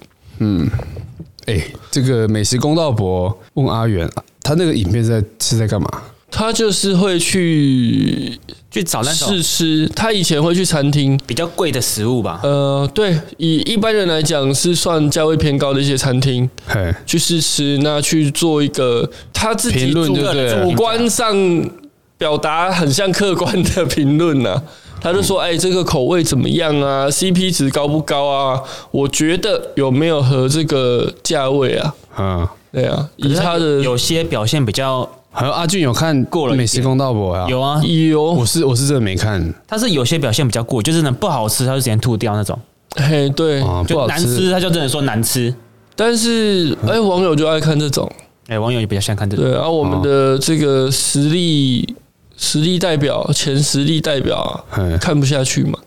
哎、这个美食公道伯问阿元，他那个影片是在是在干嘛？他就是会去去找那种试吃，他以前会去餐厅，比较贵的食物吧。呃，对，以一般人来讲是算价位偏高的一些餐厅嘿，去试吃，那去做一个他自己评论主就对了主观上表达很像客观的评论呐。他就说：“哎、这个口味怎么样啊？CP 值高不高啊？我觉得有没有和这个价位啊？嗯，对啊，以他的有些表现比较还有阿俊有看过了一遍美食公道伯啊？有，啊，有我是我是真的没看他是有些表现比较过，就是呢不好吃，他就直接吐掉那种，嘿对，啊，不哎就好难吃吃。他就真的说难吃。但是哎、网友就爱看这种。”哎，网友也比较喜欢 看这种，对，然、啊后我哦们的这个实力实力代表前实力代表啊，嗯，看不下去嘛。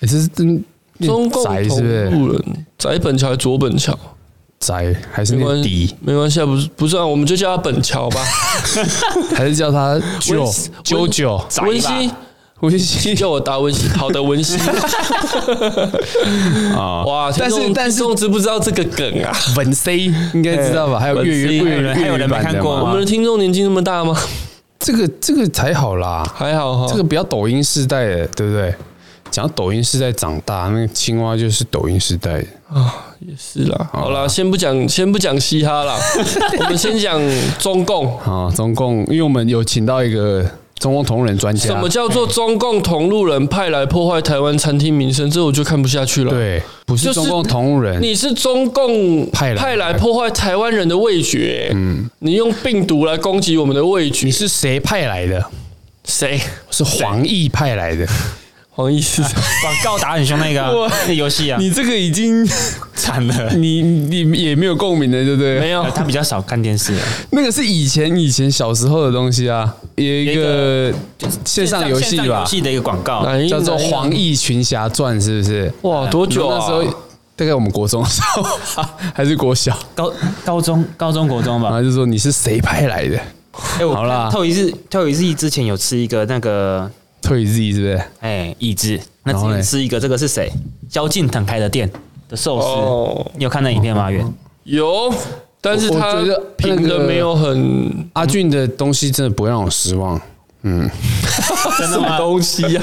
也哎是真中共宅同是不是？路人，宅本桥还左本桥，宅还是没念关系迪，，没关系啊，不是不是啊，我们就叫他本桥 吧。还是叫他舅舅舅？宅吧文熙，我去叫我打文熙，好 的文熙。啊，哇，但是听众但是听众知不知道这个梗啊？文 C 应该知道吧？还有粤文 C，语粤语还有粤人语没版看的过我嘛吗们的听众年纪那么大吗？这个这个才好啦，还好哈，这个不要抖音世代的，对不对？讲到抖音世代长大，那个青蛙就是抖音世代的。也是啦。哦好啦，先不讲，先不讲嘻 哈啦，我们先讲中共。啊，中共，因为我们有请到一个中共同仁专家，什么叫做中共同路人派来破坏台湾餐厅名声？这我就看不下去了。，对，不是就是中共同仁，你是中共派来派来破坏台湾人的味觉，嗯，你用病毒来攻击我们的味觉你，是谁派来的？谁？是黄奕派来的。黄奕啊是谁？广告打很凶那 个啊那游戏啊，你这个已经，。惨了 你你也没有共鸣的，对不对？没有呃，他比较少看电视，那个是以前以前小时候的东西啊，有一个线上游戏线上吧游，戏的一个广告，哪一叫做《黄？奕群侠传》，是不是？哎哎哇，多久啊？那时候大概我们国中的时候 还是国小，高高中高中国中吧然。后就说你是谁派来的？哎，我好啦透一日透一日之前有吃一个那个退 Z 是不是？哎椅子，那然后之嘞前吃一个这个是谁？萧敬腾开的店的寿司，哦，你有看那影片吗？远有，但是我我他觉得那个评的没有很阿俊的东西真的不会让我失望。真的吗？东西 呀。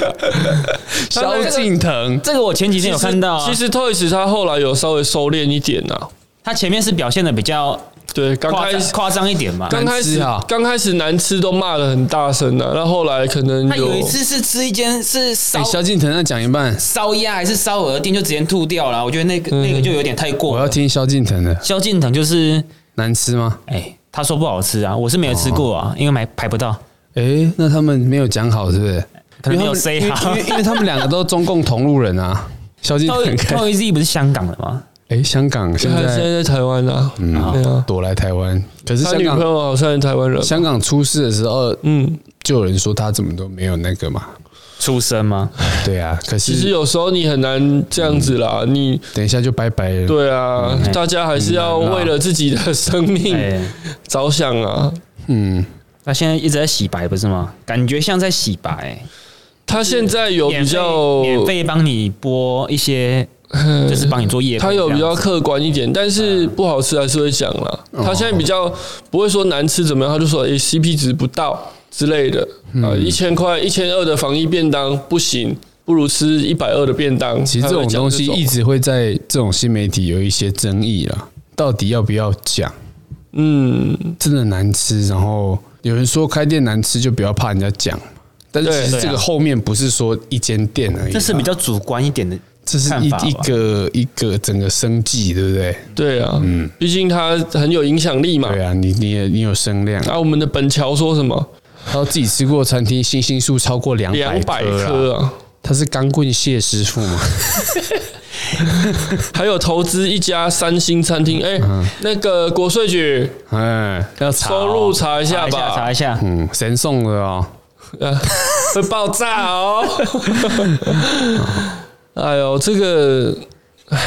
萧敬腾，这个啊我前几天有看到啊，其实 Toys 他后来有稍微收敛一点呐，他前面是表现的比较对，刚夸开张始夸张一点嘛。刚开难吃始啊刚开始难吃都骂的很大声的、那后来可能他有一有次是吃一间是烧哎，萧敬腾那讲一半，烧鸭哎还是烧鹅店，就直接吐掉了。我觉得那个嗯那个就有点太我过要了。听萧敬腾的，萧敬腾就是难吃吗？哎，他说不好吃啊，我是没有吃过哦啊，因为买排不到，哎，那他们没有讲好是不是？可能没有因 C 为他好们因为因为因为他们两个都中共同路人啊。萧敬腾，Toy 跟 Toy Z 不是香港的吗？哎，香港现他现在在在台湾啊，嗯对啊，躲来台湾，可是他香女朋港友好像是台湾人，香港出事的时候，嗯，就有人说他怎么都没有那个嘛，出生吗？对啊，可其实是有时候你很难这样子啦，嗯你等一下就拜拜了，对啊，大家还是要为了自己的生命嗯哎，着想啊。嗯，他现在一直在洗白，不是吗？感觉像在洗白，他现在有比免费较，嗯免费帮你播一些，就是帮你做业配这他样有子，嗯比较客观一点，但是不好吃还是会讲啦。他现在比较不会说难吃怎么样，他就说诶 CP 值不到之类的嗯啊，一千块、一千二的防疫便当不行，不如吃一百二的便当。其实这他会种讲东西一直会在这种新媒体有一些争议啦，到底要不要讲？嗯，真的难吃，然后有人说开店难吃就不要怕人家讲，但是对其实对啊这个后面不是说一间店而已啦，啊这是比较主观一点的，这是一看法吧一个一个整个生计，对不对？对啊，嗯毕竟他很有影响力嘛。对啊，你你也你有声量，啊，我们的本桥说什么然后自己吃过餐厅星星数超过两两百百颗颗啊，啊，他是钢棍蟹师傅嘛？ 还有投资一家三星餐厅，哎，那个国税局哎，嗯要查哦收入查一下查一下，查吧一，下。嗯，神送的哦，啊会爆炸哦！ 哎呦，这个唉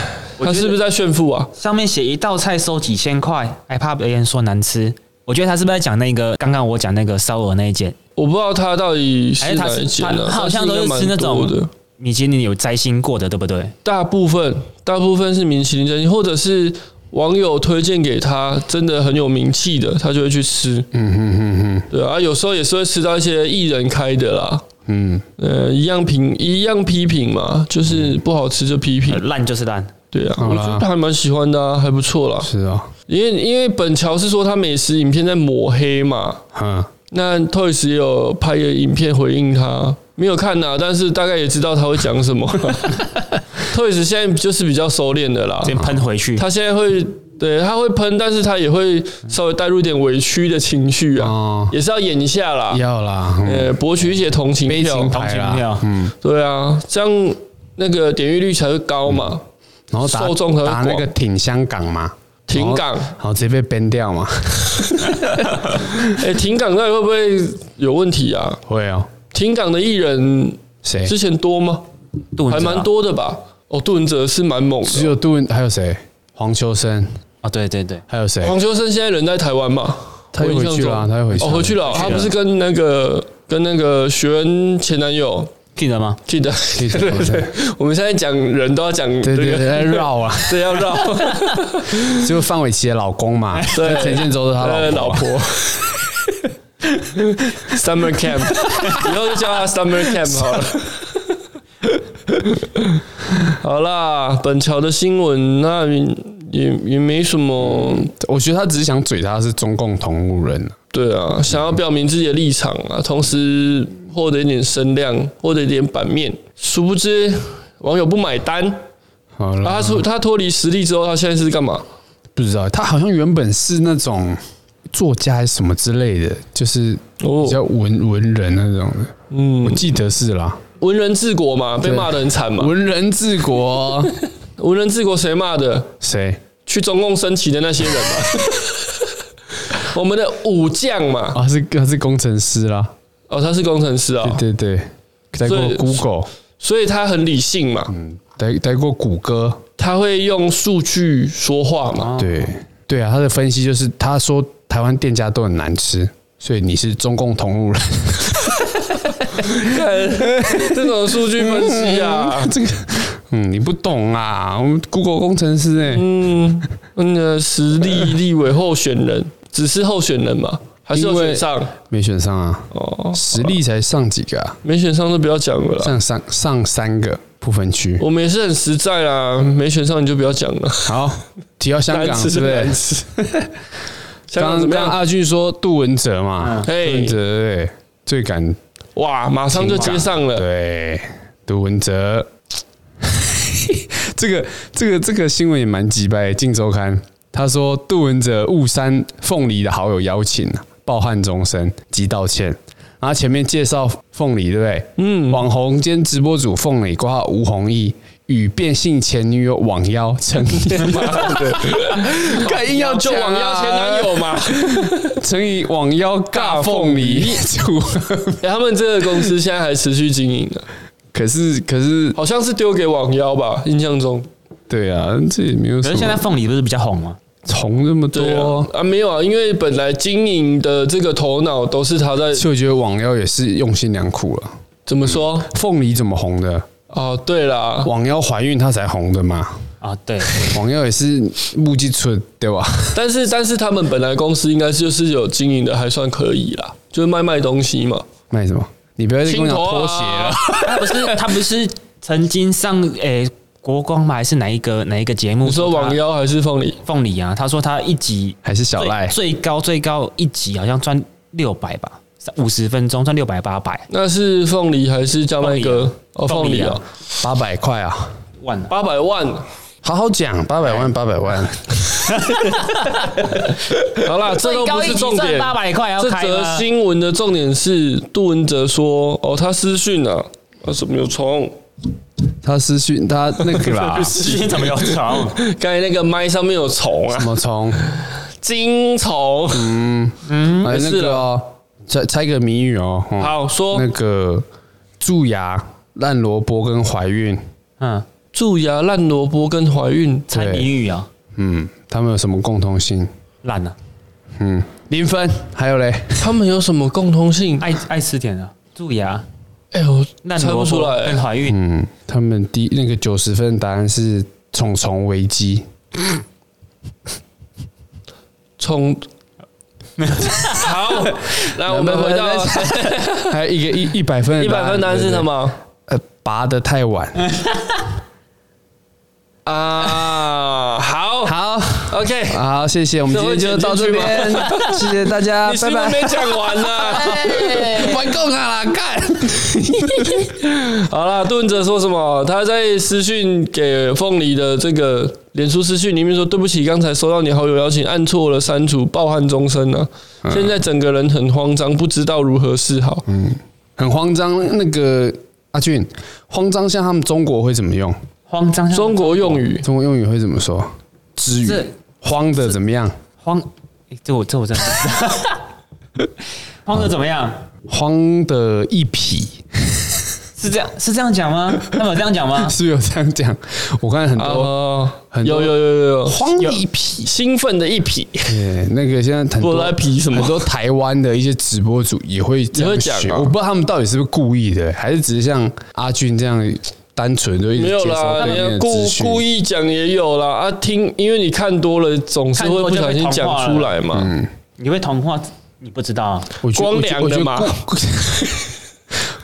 他是不是在炫富啊？上面写一道菜收几千块，还怕别人说难吃。我觉得他是不是在讲那个刚刚我讲那个烧鹅那一间？我不知道他到底还是是哎他哪一是间他啊？他好像但都应是该吃那蛮多的种，你今年有摘星过的，对不对？大部分大部分是米其林餐厅，或者是网友推荐给他，真的很有名气的，他就会去吃。嗯哼哼哼，对啊，有时候也是会吃到一些艺人开的啦。嗯，呃，一样评一样批评嘛，就是不好吃就批评呃，烂就是烂，对啊，嗯好我啦觉得还蛮喜欢的啊，还不错啦。是哦，因为因为本桥是说他美食影片在抹黑嘛，嗯，那 Toys 也有拍一个影片回应他，没有看呐、啊但是大概也知道他会讲什么。Toys 现在就是比较收敛的啦，先喷回去。他现在会对他会喷，但是他也会稍微带入一点委屈的情绪啊，哦也是要演一下啦，要啦，嗯呃，博取一些同情悲票情，同牌情啦票，嗯，对啊，这样那个点阅率才会高嘛，然后打受众才会打那广个挺香港嘛，停港。然后直接被 ban 掉嘛， 哎、停港到底会不会有问题啊？会哦，停港的艺人谁？之前多吗？杜文还泽啊蛮多的吧？哦，杜文泽是蛮猛只的。有杜文，还有谁？黄秋生，啊，对对对，还有谁？黄秋生现在人在台湾嘛？哎他又我印象回去了啊中他又回去哦，了回去了哦。他不是跟那个跟那个学恩前男友记得吗？记得？记得对对对我们现在讲人都要讲对这对对，个，在绕 啊，这要绕就是范玮琪的老公嘛，对陈建州是他呃老老婆嘛，婆。Summer Camp，以 后就叫他 Summer Camp 好 了。好啦，本桥的新闻那也也没什么我觉得他只是想嘴他是中共同路人啊，对啊，想要表明自己的立场啊，同时获得一点声量，获得一点版面。殊不知网友不买单，好啊、了，他出他脱离实力之后，他现在是干嘛？不知道他好像原本是那种作家还是什么之类的，就是比较哦，文文人那种的，我嗯，记得是啦，文人治国嘛，被骂得很惨嘛。文人治 国，文人治国谁骂的？谁去中共升旗的那些人嘛。 我们的武将嘛，啊？是他是工程师啦，哦，他是工程师啊、对对对，待过所以 Google，所以他很理性嘛，嗯待待过谷歌，他会用数据说话嘛。对对啊，他的分析就是他说台湾店家都很难吃，所以你是中共同路人。 看这种数据分析 啊，这个嗯，你不懂啊，我们 Google 工程师哎、嗯，那个实力立委候选人只是候选人嘛，还是要选上没选上啊，哦，实力才上几个啊，没选上就不要讲了啦。上上上三个不分区。我们也是很实在啦，没选上你就不要讲了。好，提到香港难吃是不是难？吃香港刚怎么刚啊样？嗯阿俊说杜文泽嘛，杜嘿文泽对最敢哇，马上就接上了。 对杜文泽。 这个这个这个新闻也蛮鸡掰的，《镜周刊》他说杜文泽误删凤梨的好友邀请啊，抱憾终身，即道歉。然后前面介绍凤梨，对不对？嗯，网红兼直播主凤梨挂号吴弘毅，与变性前女友网邀成年吗？干硬要就讲啊网邀前男 友嘛。乘以网邀尬凤梨 组合。哎、他们这个公司现在还持续经营啊，可是可是，好像是丢给网妖吧，印象中。对啊，这也没有可什是现在么凤梨不是比较红吗？虫这么对多啊。，啊没有啊，因为本来经营的这个头脑都是他在所以我觉得网妖也是用心良苦了。怎么说？凤梨怎么红的？哦，对啦，网妖怀孕她才红的嘛。啊， 对，网妖也是木屐村对吧？但是但是他们本来公司应该就是有经营的，还算可以啦，就是卖卖东西嘛，卖什么？你不要再跟我青讲头拖鞋啊了。， 他不是他不是曾经上诶、国光嘛，还是哪一个哪一个节目？ 你说网妖还是凤梨？凤梨啊，他说他一集还是小赖最最高最高一集好像赚六百吧，五十分钟赚六百八百那是凤梨还是叫卖凤梨哥啊？哦，凤梨凤梨啊啊，八百块啊！万了、八百万。好好讲，八百万，八百万，好 啦，这都不是重点。八百块要这开则吗？新闻的重点是杜文泽说：“哦，他私讯了、啊，他什么有虫？他私讯他那个啦，事情怎么有虫？刚才那个麦上面有虫啊嗯什，么虫？金虫。哎，那事个哦，猜猜个谜语哦。嗯好说那个蛀牙、烂萝卜跟怀孕， 嗯，蛀牙、烂萝卜跟怀孕，猜谜语啊，嗯，他们有什么共同性？烂了、嗯，零分。还有嘞，他们有什么共通性？爱爱吃甜啊的，蛀牙、哎呦，烂猜萝不出卜来、跟怀孕，嗯，他们第那个九十分的答案是虫虫危 机，虫。 好，那我们回到还有一个一一百分的 一百分答案是什？么对不对呃，拔得太晚。啊？ 好好， ，OK，好，谢谢，我们今天就到这边， 谢谢大家，你是拜不是拜。没讲完啊呢、玩够啊啦，干！好啦，杜文哲说什么？他在私讯给凤梨的这个脸书私讯里面说：“对不起，刚才收到你好友邀请，按错了删除，抱憾终身啊！现在整个人很慌张，不知道如何是好。很慌张，那个阿俊，慌张像他们中国会怎么用？慌张像啊中国用语中国用语会怎么说？之这语，慌的怎么样？慌，诶这我这我真的不知道。 慌的怎么样？慌的一匹，是这样是这样讲吗？他们有这样讲吗？是不是有这样讲？我看很多啊，很有多有有有有，慌的一匹，兴奋的一匹，对，那个现在很不多来匹什很么？多台湾的一些直播主也会这也样会讲学，啊我不知道他们到底是不是故意的，还是只是像阿俊这样单纯就一直没接有收啦，到里人面家的故资讯。故意讲也有啦啊，听，因为你看多了，总是会不小心讲出来嘛。嗯你会同化？你不知道啊、我觉得光良的嘛，我觉得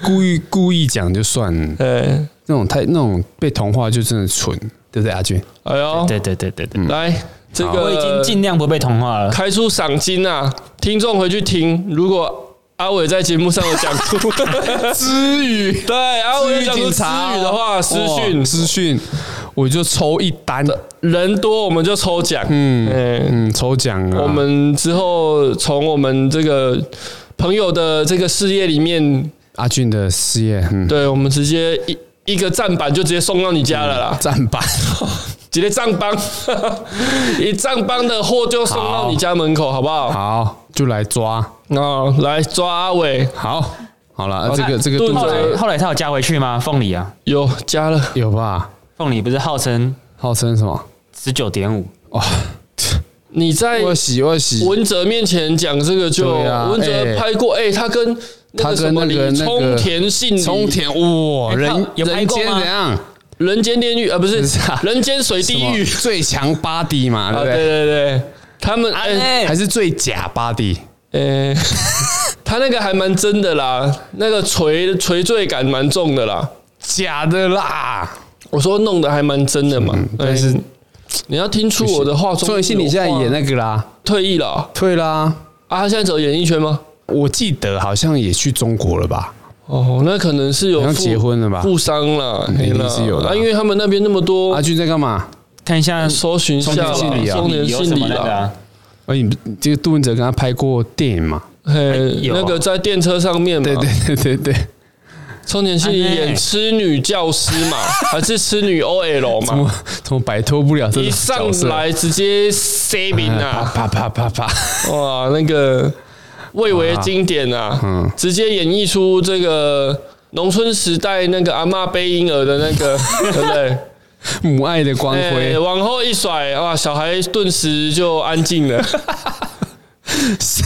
故 故意故意讲就算了，哎，那种太那种被同化就真的蠢，对不对？阿俊，哎呦，对对对对对，来这个嗯我已经尽量不被同化了。开出赏金啊！听众回去听，如果阿伟在节目上有讲出，知语，对阿伟有讲出警私察哦语的话，私讯资讯，我就抽一单，人多我们就抽奖。嗯，嗯，抽奖啊，我们之后从我们这个朋友的这个事业里面，阿俊的事业，嗯，对我们直接一。一个站板就直接送到你家了啦，站 板，直接账帮， 一账帮的货就送到你家门口，好不好？好，就来抓，那来抓阿伟，好，好了，这个这个顿肚后子对来后来他有加回去吗？凤梨啊，有加了，有吧？凤梨不是号称号称什么？十九点五，哇，你在我洗我洗，文哲面前讲这个就，对啊文哲哎拍过，哎、他跟那他个跟什么那个李那个冲田信里冲田哇，哎人靠有拍人过间吗怎样？人间炼狱啊，不 是不是啊人间水地狱什么最强 body 嘛，对啊，不对对？对对，他们哎还是最假 body？哎， 他那个还蛮真的啦，那个垂垂坠感蛮重的啦。假的啦！我说弄得还蛮真的嘛，但是哎你要听出我的话中有话。宋元信，你现在演那个啦，退役了啊退啦。啊？他现在走演艺圈吗？我记得好像也去中国了吧？哦，那可能是有好像负结婚了吧负伤啦，嗯嘿一定啦是有的啊啊，因为他们那边那么多阿俊在干嘛？看一下搜寻一下啦，中年信里啊中年有信什里么那个啦，啊而哎你你这个杜文哲跟他拍过电影嘛？啊嘿，有啊那个在电车上面嘛，对对对对对，周年庆安内演痴女教师嘛，还是痴女 OL 怎嘛？么怎么摆脱不了这一种上角色？哎来啊直接 C 名 啊！啪啪啪啪啪， 哇，那个蔚为经典啊，嗯直接演绎出这个农村时代那个阿嬷背婴儿的那 个，对不对？母爱的光辉哎，往后一甩，哇，小孩顿时就安 静了。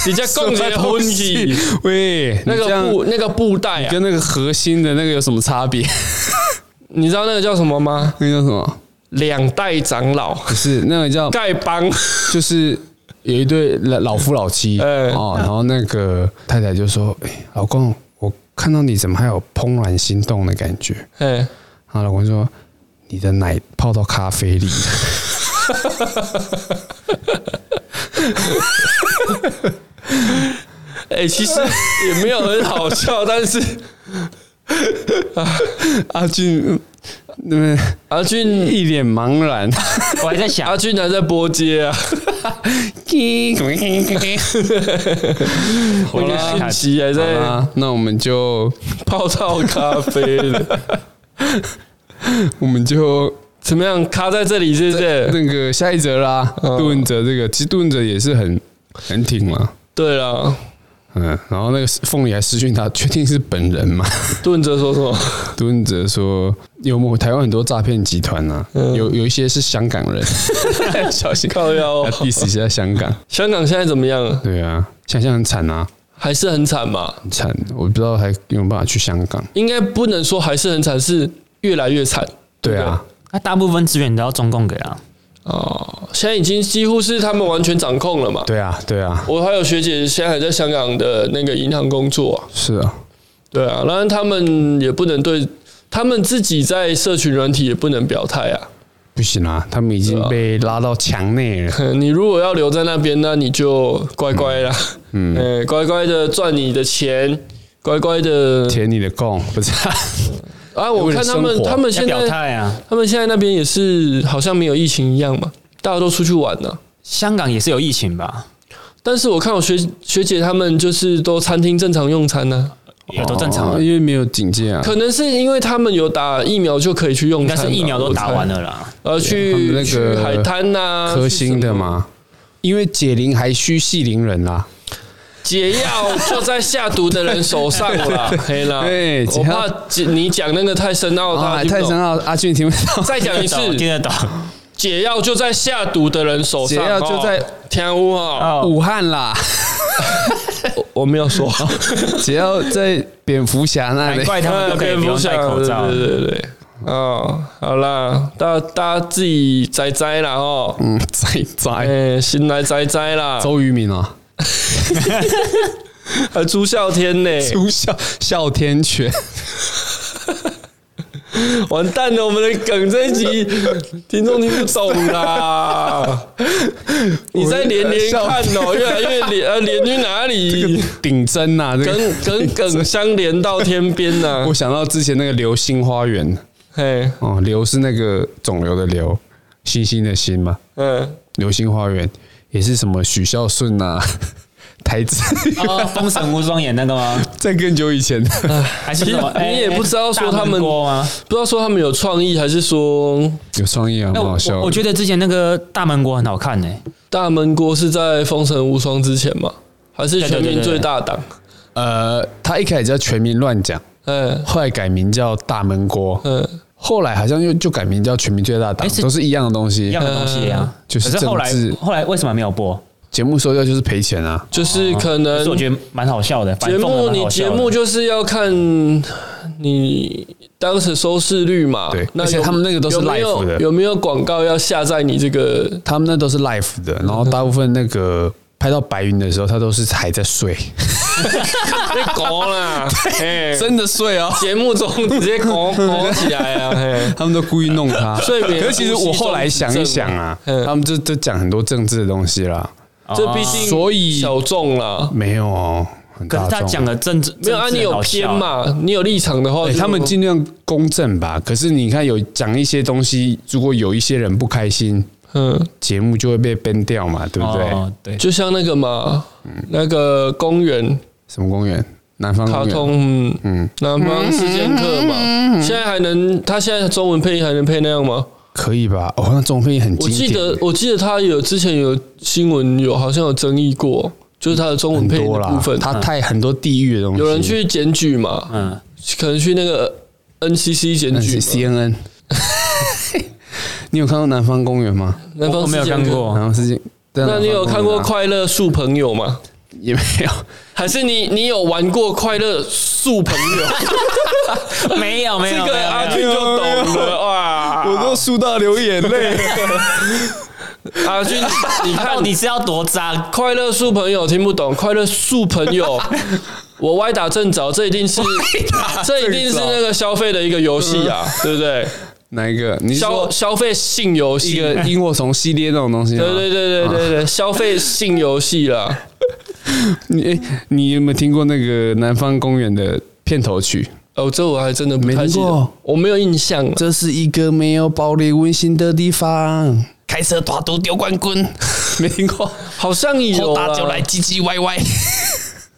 你在共结婚礼，喂，那你这样个布那个布袋啊，跟那个核心的那个有什么差别？ 你知道那个叫什么吗？那个叫什么？两代长老不是那个叫，丐帮，就是有一对老老夫老妻，哎哦，然后那个太太就说：“哎、老公，我看到你怎么还有怦然心动的感觉哎，？”然后老公说：“你的奶泡到咖啡里了。哎、其实也没有很好笑，但是” 阿俊，那边阿俊一脸茫 然， 我还在想阿，俊还在播接啊，我我在的想 讯啊息还好在啦，啊那我们就泡到咖啡了，我们就怎么样？卡在这里是不是？ 那个下一则啦，嗯杜文泽这个，其实杜文泽也是很很挺嘛，对了，嗯，然后那个凤梨还私讯他，确定是本人吗？顿哲说什么？ 杜文泽说，有某台湾很多诈骗集团呐、有有一些是香港人， 小心靠腰要哦、 diss 一下香港， 香港现在怎么样？对啊，想象很惨啊，还是很惨嘛？很惨，我不知道还有没有办法去香港，应该不能说还是很惨，是越来越惨对啊，那大部分资源都要中共给啊，哦。现在已经几乎是他们完全掌控了嘛。对啊，对啊，我还有学姐现在还在香港的那个银行工作啊，是啊，对啊，当然他们也不能对他们自己在社群软体也不能表态啊。 不行啊，他们已经被拉到墙内了，你如果要留在那边，那你就乖乖啦， 嗯，乖乖的赚你的钱，乖乖的。填你的供，不是、啊。啊，我看他为了们生活他们要现表在态啊。他们现在那边也是好像没有疫情一样嘛，大家都出去玩了、香港也是有疫情吧？但是我看我学学姐他们就是都餐厅正常用餐呢、有都正常啊哦，了，因为没有警戒啊。可能是因为他们有打疫苗就可以去用应餐该吧，是疫苗都打我猜完，了啦。呃，去他们那个去海滩啊呐、科兴的嘛，因为解铃还需系铃人啊啦、解药就在下毒的人手上 啦，黑啦，对我解药怕解你讲那个太深奥，他啊，哦听不太懂深奥，阿俊听不到。再讲一 次，听得懂解药就在下毒的人手上，解药就在哦天屋哈，哦，武汉啦，我没有说， 只要在蝙蝠侠那难里，怪他呃们都可以不用戴口罩对。对对对。哦，好啦，大大家自己摘摘啦哦，嗯，在在哎，新来摘摘啦，周渝民啊，还呃朱孝天呢， 朱孝哮天犬，完蛋了，我们的梗这一 集听众听不懂啦，你再连连看哦，越来越连呃连去哪 里？ 顶针呐，这个。梗梗梗相连到天边 呐、我想到之前那个《流星花园》嘿，哦，流是那个肿瘤的瘤，星星的星嘛，嗯， 《流星花园》也是什么许孝顺呐、啊， 台词哦，封神无双演那个吗？ 在更久以前的，还是什么？其实你哎也不知道说他们大闷锅吗？不知道说他们有创意，还是说有创意啊，那蛮我好笑的。我觉得之前那个大闷锅很好看呢、大闷锅是在《封神无双》之前吗？还是对对全对民对最大党？呃，他一开始叫全民乱讲，嗯后来改名叫大闷锅，嗯，后来好像又就改名叫全民最大党，诶是都是一样的东一西样。的东西啊。呃嗯就是可是后来政治后来为什么没有播？节目收掉就是赔钱啊，就是可哦可能是我觉得蛮好笑的，节目你节目就就是要看你当时收视率嘛，对那而且有他们那个都是有没有 live 的有没有广告要下在你这个？ 他们那都是 l i f e 的，然后大部分那个拍到白云的时候，他都是还在睡，被搞啦，嘿真的睡哦。哎节目中直接搞搞起来啊！ 嘿他们都故意弄 他睡眠可是其实我后来想一想啊，呼吸中止症嗯他们这这讲很多政治的东西啦，哦这毕竟所以小众啦，没有哦，很可大是他众。讲的政治没有啊，你有偏？嘛？你有立场的话欸，就他们尽量公正吧。可是你看，有讲一些东西，如果有一些人不开心，嗯，节目就会被 ban 掉嘛，对政哦不对？治很好笑哦对，嗯就像那个嘛，那个公园什么公园？南方卡公园嗯通，嗯，南方四剑客嘛，现在还能，他现在中文配音还能配那样吗？可以吧？哦，那中配很我经典，记得，我记得他有之前有新闻有好像有争议过，就是他的中嗯文很配音多的啦部分，，嗯它太很多地域的东西。有人去检举嘛，嗯，可能去那个 NCC 检那举是嘛， CNN，你有看过南方公园吗？南我方没有四剑看客。然过，后是，哦那你有看过《快？快乐树朋友》吗？啊也没有，还是你你有玩过《快乐树朋友》？没有 没这有没个阿有俊没就有，懂了哇！我都输到流眼 泪。阿俊，啊你看到底是要多脏？快乐树朋友听不懂，快乐树朋友， 我歪打正着，这一定是这一定是那个消费的一个游戏啊，对不对？哪一个？嗯你是消说消费性游戏，一对个啊萤火虫系列那种东西吗？对对对对对，消费性游戏啦。你诶你有没有听过那个南方公园的片头曲？哦，这我还真的不太没记听得过，我没有印象啊了。这是一个没有暴力温馨的地方。开车打赌丢冠军， 没听过。好像有啊啦。唧唧歪歪。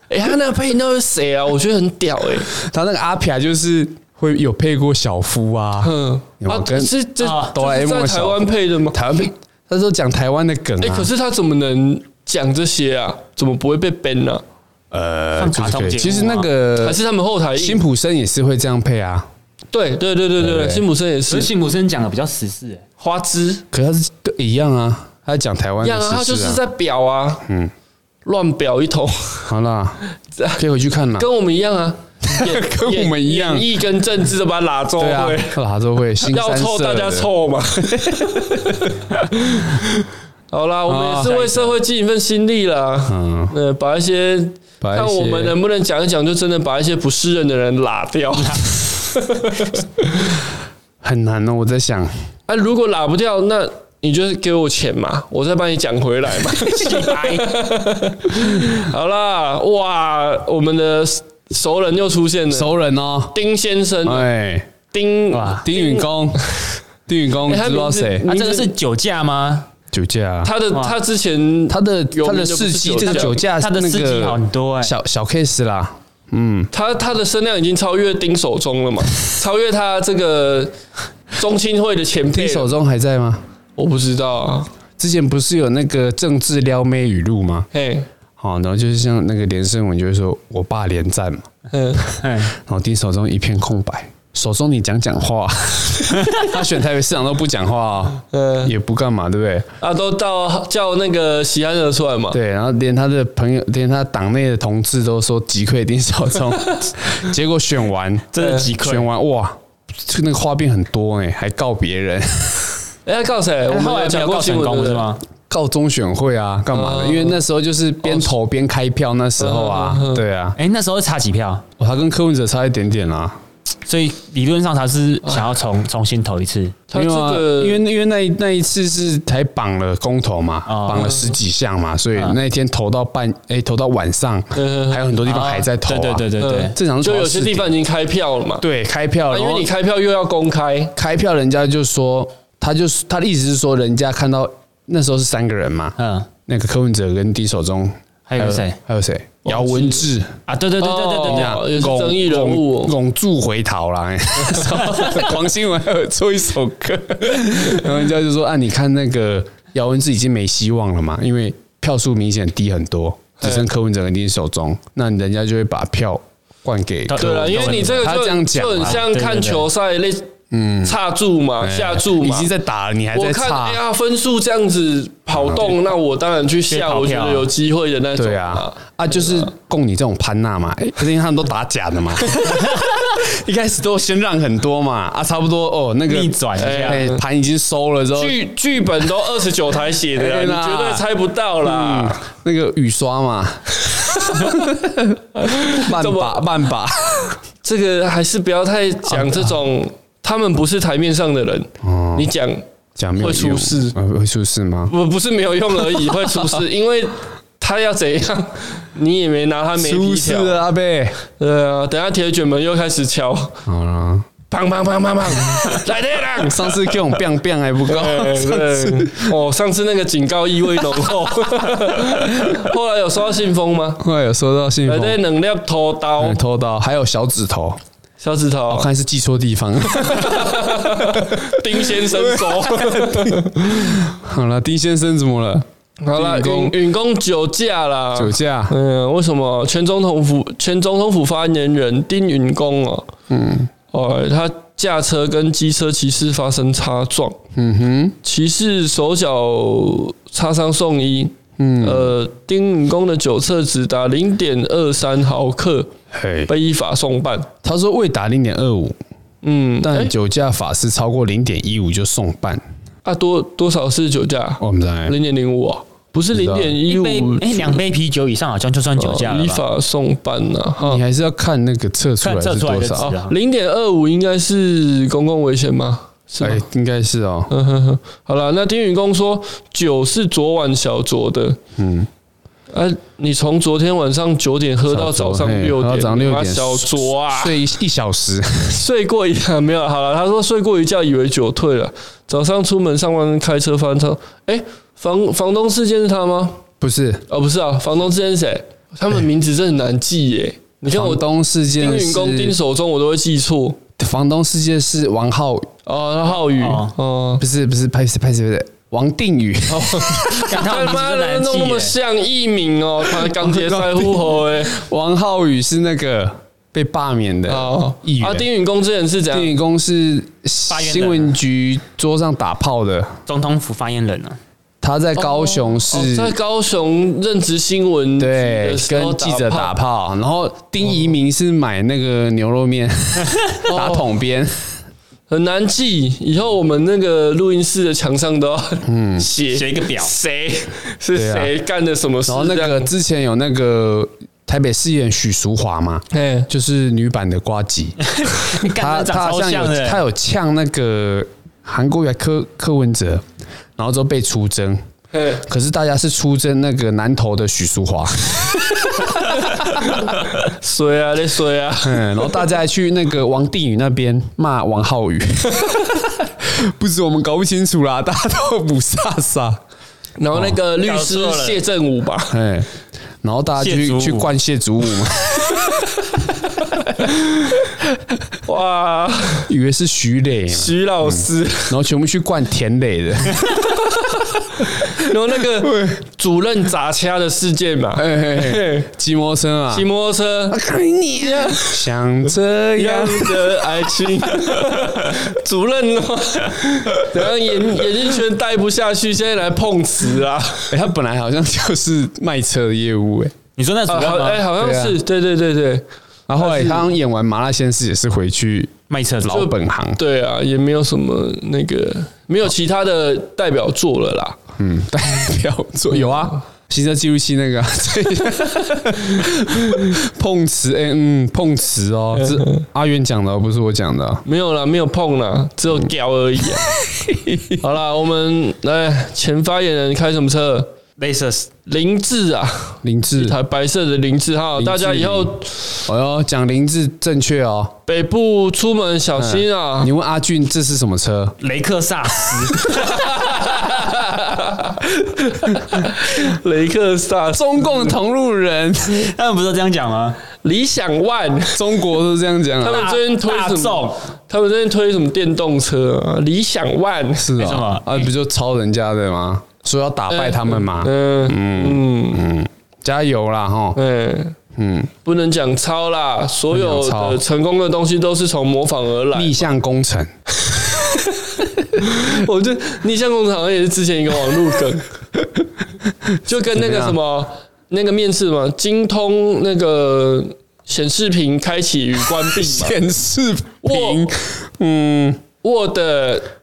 哎、他那个配音都是谁啊？我觉得很屌哎、他那个阿撇就是会有配过小夫啊，嗯，有啊，跟是这啊哆啦这 A 是梦在的台小湾配的吗？台湾配，他说讲台湾的梗哎、啊，可是他怎么能讲这些啊？怎么不会被 ban 啊呢、呃，放就卡是通可以节目其实那啊还个是他们后台呃辛硬？普森也是会这样配啊，对对对对对对，对辛普森也其实是辛普森讲的比较实事，哎花枝可是他是对一样啊，他讲台湾一样的啊，他就时事是啊。在表啊，嗯，乱表一通，好啦，可以回去看啦。 跟我们一样啊，演 跟我们一样演演艺跟政治都把它拉走对啊会。，拉都会新要三凑色大的家。凑嘛。 好啦，我们也是为社会尽一份心力啦。哦嗯，嗯，把一些把一看些我们能不能讲一讲，就真的把一些不是人的人拉 掉。很难哦，我在想，啊，如果拉不掉，那你就给我钱嘛，我再帮你讲回来嘛。欸哎 好啦，哇，我们的熟人又出现了，熟人哦，丁先生，哎，丁哇，丁允恭， 丁允恭，哎知他不知道名字谁？啊，你这个是酒驾吗？酒驾啊，他的哇他之前他的有他名的就不是事迹，酒这个驾酒驾他的那事迹个很多哎小小 case 啦，他他的声量已经超越丁守中了嘛，超越他这个中青会的前丁辈了。守中还在吗？我不知道啊，之前不是有那个政治撩妹语录吗？嘿，好，然后就是像那个连胜文就会说我爸连战嘛，嗯，哎，然后丁守中一片空白，守中你讲讲话， 他选台北市长都不讲话、哦，嗯也不干嘛，对不对？啊，都到叫那个席安德出来嘛，对，然后连他的朋友，连他党内的同志都说击溃丁守中， 结果选完真的极亏选。完哇，这那个话变很多哎、还告别人，哎，他告谁？我哎们后来有没讲有过告新成闻功对是不对？吗？告中选会啊，干嘛嗯的？因为那时候就是边投边开票那时候啊，嗯对啊，哎，那时候差几票？哦他跟柯文哲差一点点啦、啊。所以理论上他是想要重重新投一次，他没这有啊个，因为因为那一那一次是才绑了公投嘛，啊哦绑了十几项嘛，所以那一天投到半哎、投到晚上，嗯还有很多地方还在投、啊，对对对对对嗯，正常是就有投些到四地点方已经开票了嘛，对开票，啊然因为后你开票又要公开，开票人家就说，他就是他的意思是说，人家看到那时候是三个人嘛，嗯，那个柯文哲跟丁守中，还有谁？还有谁？姚文智，啊？对对对对对对对，哦也是争议人物哦拱拱住回逃啦。 哎黄新文还有 做一首歌，然后人家就说啊，你看那个姚文智已经没希望了嘛，因为票数明显低很多，只剩柯文哲跟丁守中，那人家就会把票灌给柯对文哲。对了，啊因为你这个他这样讲就就啊很像对对看对球赛类，嗯，插注嘛，下注哎已嘛，经在打了，你还我在看差嗯哎。呀，分数这样子跑动，那我当然去去下，跑我觉票啊得有机会的那种对啊，啊，就是供你这种潘娜嘛，哎可是因为他们都打假的 嘛，一开始都先让很多嘛，啊，差不多哦，那个逆转一下哎哎盘已经收了之后，剧剧本都二十九台写的啊，哎你啦绝对猜不到嗯啦。，那个雨刷 嘛，半这把么半把，这个还是不要太讲这啊种，他们不是台面上的人，哦你讲讲没有会出用事呃会出事吗？不不是没有用 而已，会出事，因为他要怎样，你也没拿他没出皮事啊条。了，阿贝，对啊，等下铁卷门又开始敲，好了，砰砰砰 砰砰，来电啦！上次给我们 biang biang 还不够，对，哦，上次那个警告意味 浓厚。后来有收到信封吗？后来有收到信来电封，能量偷刀嗯，偷到，还有小指头，小指头我，看是寄错地方。 丁先生 走。好了，丁先生怎么了？好了，运允功允公酒驾啦，酒驾，嗯，为什么前总统府前总统府发言人丁允恭哦，嗯，哦，他驾车跟机车骑士发生擦撞，嗯骑士手脚擦伤送医，嗯，呃，丁允恭的酒测值达零点二三毫克，哼，嘿，被依法送办。他说未达零点二五，嗯，但诶酒驾法是超过零点一五就送办。哦啊多多少是酒驾？我们在零点零五啊，不是知零道点一一杯五，啊哎，两 杯啤酒以上好像就算酒驾了依吧？法送办呐、啊，哈你。还是要看那个测出来看测是出来多的少值。哦啊，零点二五应该是公共危险吗？是哎吗？，应该是哦。嗯哼哼，好了，那丁允恭说酒是昨晚小酌的，嗯，啊，你从昨天晚上九点喝到早上小酌嘿喝六到点，早上你六妈点小酌啊，睡一一小时，睡过一啊没有？好了，他说睡过一觉，以为酒退了，早上出门上班开车翻车，哎、房房东事件是他吗？不是？哦，不是啊，房东事件是谁？他们名字真的很难记耶，你看我房东事丁件允恭、丁是守中，我都会记错。房东事件是王浩，哦，那浩宇，哦哦，不是不是，拍谁拍谁拍王定宇，干他他 们妈真的难弄那么记耶。像像艺 名哦，他钢铁赛户侯哎，王浩宇是那个被罢免的 哦议，员啊，。丁允恭之前是怎丁样？允恭是发言人新闻局桌上打炮的，总统府发言人啊呢？他在高雄市哦在高雄任职新闻局对的时候跟记者打炮炮，然后丁怡明是买那个牛肉面哦 打桶边，很难记，以后我们那个录音室的墙上都要嗯写写一个表谁是对啊谁干的什么事然后那这个样。之前有那个台北市演许淑华嘛，哎，就是女版的瓜吉， 干他他长好超像像有他的，有呛那个韩国瑜还柯柯文哲，然后之后被出征，哎可是大家是出征那个南投的许淑华， 水啊，那水啊，嗯，然后大家还去那个王定宇那边骂王浩宇， 不止我们搞不清楚啦，大家都不飒飒，然后那个律师搞错了谢振武吧，哎，然后大家谢祖去武去灌谢祖武 嘛，哇，以为是徐磊嘛，徐老师，然后全部去灌田磊的，然后那 个主任砸掐的事件嘛，嘿嘿嘿骑摩托车啊骑，摩托车，你啊 想这一样样，的爱 情，主任哦，然后演演艺圈待不下去，现在来碰瓷啊！ 哎他本来好像就是卖车的业务哎，你说那主啊好，哎、任吗？好像是，对对对对然后后来他好像演完《麻辣鲜师》也是回去卖车主老本行，对啊，也没有什么那个，没有其他的代表作了啦。嗯，代表作有啊，行车记录器那个啊、 这碰瓷，哎、嗯，碰瓷哦，是阿元讲的哦，不是我讲的哦、没有啦，没有碰啦，只有屌而已、 啊。好啦，我们来前发言人开什么车？ ，Lexus 林志啊，林一志，台白色的林志哈，林志大家以后哎呦，讲林志正确哦。北部出门小心啊！你问阿俊这是什么车？雷克萨斯， 雷克萨斯中共同路人，他们不是都这样讲吗？理想 ONE，中国都这样讲他啊。们最近推大什么众？他们最近推什么电动车啊？理想 ONE，是为什啊么， 啊，不就抄人家的吗？说要打败他们嘛，嗯嗯加油啦哈！嗯嗯，不能讲抄啦，所有不能讲抄的成功的东西都是从模仿而来。逆向工程， 我就逆向工厂好像也是之前一个网络 梗，就跟那个什怎么那个面试嘛，精通那个显示屏开启与关闭 嘛 显示屏我，嗯，Word、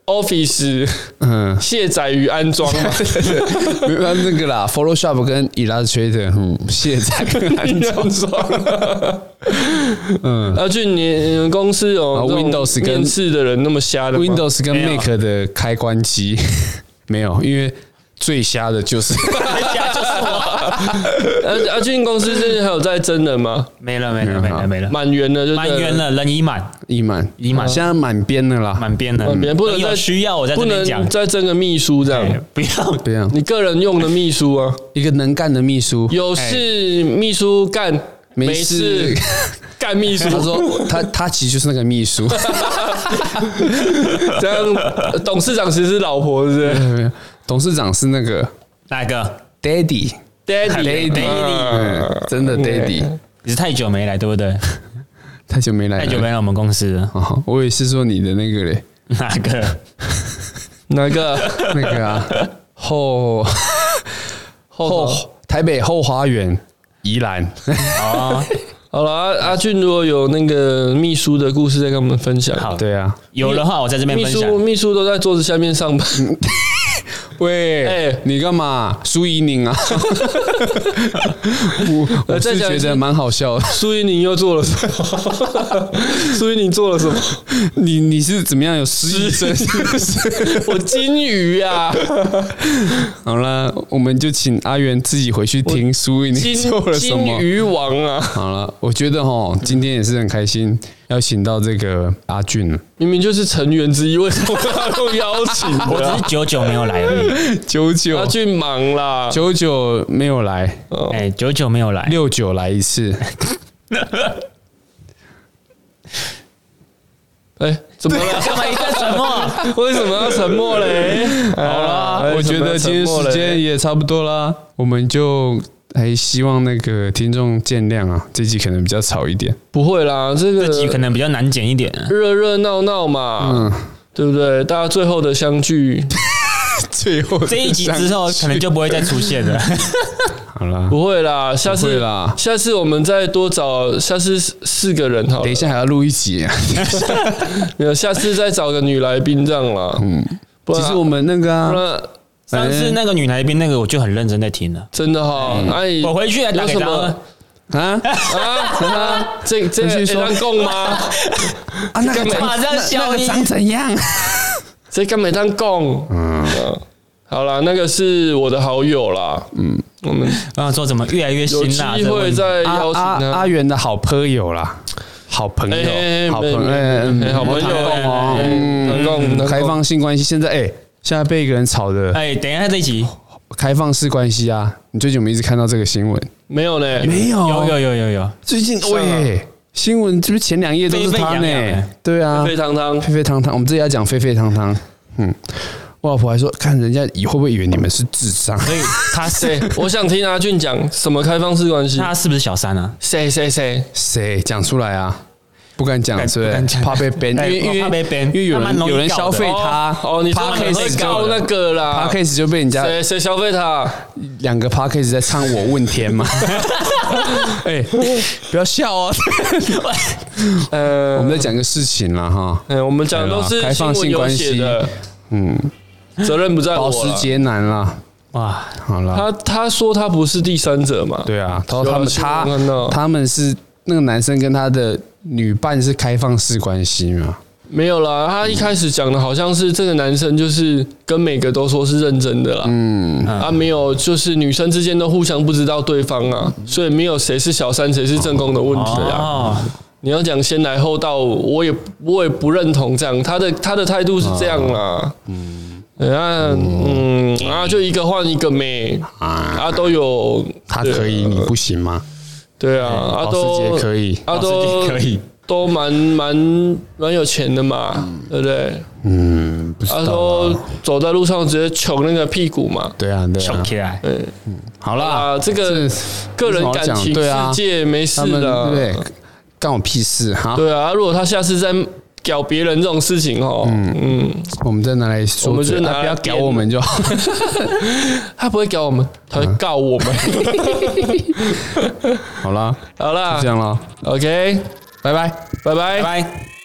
Office 嗯， 卸载与安装嘛。没有那个啦，Photoshop 跟 Illustrator，嗯，卸 载跟安装。 嗯，阿俊，你你们公司有啊这种 Windows 跟面试的人那么瞎的吗 Windows 跟没有 Mac 的开关机没有，因为最瞎的就是 人家就是我，啊啊！最近公司最近还有在真人吗？没了没嗯了没了没了，满员了就对满员，了，人已满，已，E 满已 E 满现在满编了啦，满编了，满哦编不能你有再需要我在这不边讲能，再争个秘书这哎样。不要这样你个人用的秘书啊，一个能干的秘书，有哎事秘书干，没没事事干秘书。他 说他他其实就是那个秘书，这样，董事长其实是老婆，是不嗯是没有没有董事长是那个哪个？ daddy， ？Daddy 啊 Daddy 嗯真的 daddy，你是太久没来，对不对？太久没来了，太久没来我们公司了，哦，我也是说你的那个嘞，哪个？ 哪个？那个 啊，后后头后台北后花园宜兰，哦，好了，阿阿俊如果有那个秘书的故事，再跟我们分享。好， 对啊，有的话我在这边秘分享。书秘书都在桌子下面上班，喂，哎你干嘛？苏怡宁啊， 我我再是讲一觉次得蛮好笑的。苏怡宁又做了什么？ 苏怡宁做了什么？ 你你是怎么样有失忆症？我金鱼啊， 好了，我们就请阿元自己回去听苏怡金宁做了什金么。鱼王啊，好了，我觉得哈，今天也是很开心，邀请到这个阿俊，明明就是成员之一，为什么要用邀 请的我只啊？是久久没有来而已， 九九阿俊忙啦，九九没有来，哎，久久没有来，六九来一次，哎，怎么了？ 干嘛一个沉默？啊为什么要沉默 嘞？好啦我觉得今天时间也差不多啦，我们就还希望那个听众见谅啊，这集可能比较吵一点。 不会啦，这这集可个能比较难剪一点， 热热闹闹嘛，嗯，对不对？大家最后的相聚，最后这一集上之后可能就不会再出 现了。好啦，不会啦，下不次会啦下次我们再多找，下次四四个人好了。等一下还要录一集、啊。没有，下次再找个女来宾这样啦。嗯， 不其然实我们那个不啊，然上次那个女来宾那个，我就很认真在听了。真的哈，哎，我回去来打有给什他么们。 啊啊啊，这这回去这说当 供吗？啊，那个干嘛长这样那笑那你个长怎样？这干没当供？嗯，好啦，那个是我的好友啦。嗯，我们啊，说怎么越来越有辛机辣？会阿再哎邀请阿他啊阿。元的好朋友啦，好朋友哎，哎好朋友没哎，没哎好朋友谈共哦哎哎谈共嗯谈共开放性关系。现在哎，现在被一个人吵的哎，等一下这一集开放式关系啊，你最近有没有一直看到这个新闻？没有呢，没有，有有有有有，最近啊喂，新闻就是前两页都是他沸沸扬扬呢哎，对啊，非常汤沸沸汤汤，我们这里要讲沸沸汤汤。嗯，我老婆还说，看人家以后会不会以为你们是智障？所以他 是对，我想听阿俊讲什么开放式关系。他是不是小三啊？谁谁谁？谁讲出来啊？不敢讲，敢是不哎不是敢讲怕被 ban，因哎为我因为怕被 ban，因为有他蛮人容易有人告的哦消费他哦，你说你 Podcast 会就告那个啦 p a c a s 就被人家谁谁消费他？两个 p a c a s 在唱我问天 嘛。哎，不要笑哦，呃，我们在讲一个事情了哈，嗯，我们讲的都是对啦啊开放性新闻有关写系的，嗯，责任不在保我时啦。捷男啦，哇，好啦，他他说他不是第三者嘛？对啊，他说有啊他们新闻看到他他们是那个男生跟他的女伴是开放式关系嘛？没有啦，他一开始讲的好像是这个男生就是跟每个都说是认真的啦，嗯啊没有，就是女生之间都互相不知道对方啊，所以没有谁是小三谁是正宫的问题啊。哦，你要讲先来后到，我也我也不认同这样，他的他的态度是这样哦啦，嗯啊嗯啊就一个换一个妹啊，啊都有，他可以，你不行吗？对啊啊哎保时都捷可以，啊都保时哦捷可以都蛮蛮蛮有钱的嘛，对不对？嗯，不知他道说啊。走在路上直接穷那个屁股嘛。对啊，对笑啊，起来，好啦，啊，这个个人感情对啊世界没事他们对的不啊，对？干我屁事哈！对啊。如果他下次再屌别人这种事情哦，嗯，我们在哪里说嘴？我们就拿啊不要鞭屌我们就好。 他不会屌我们，他嗯会告我们。 好啦，好啦这样啦， ，OK，拜拜。拜拜拜。拜。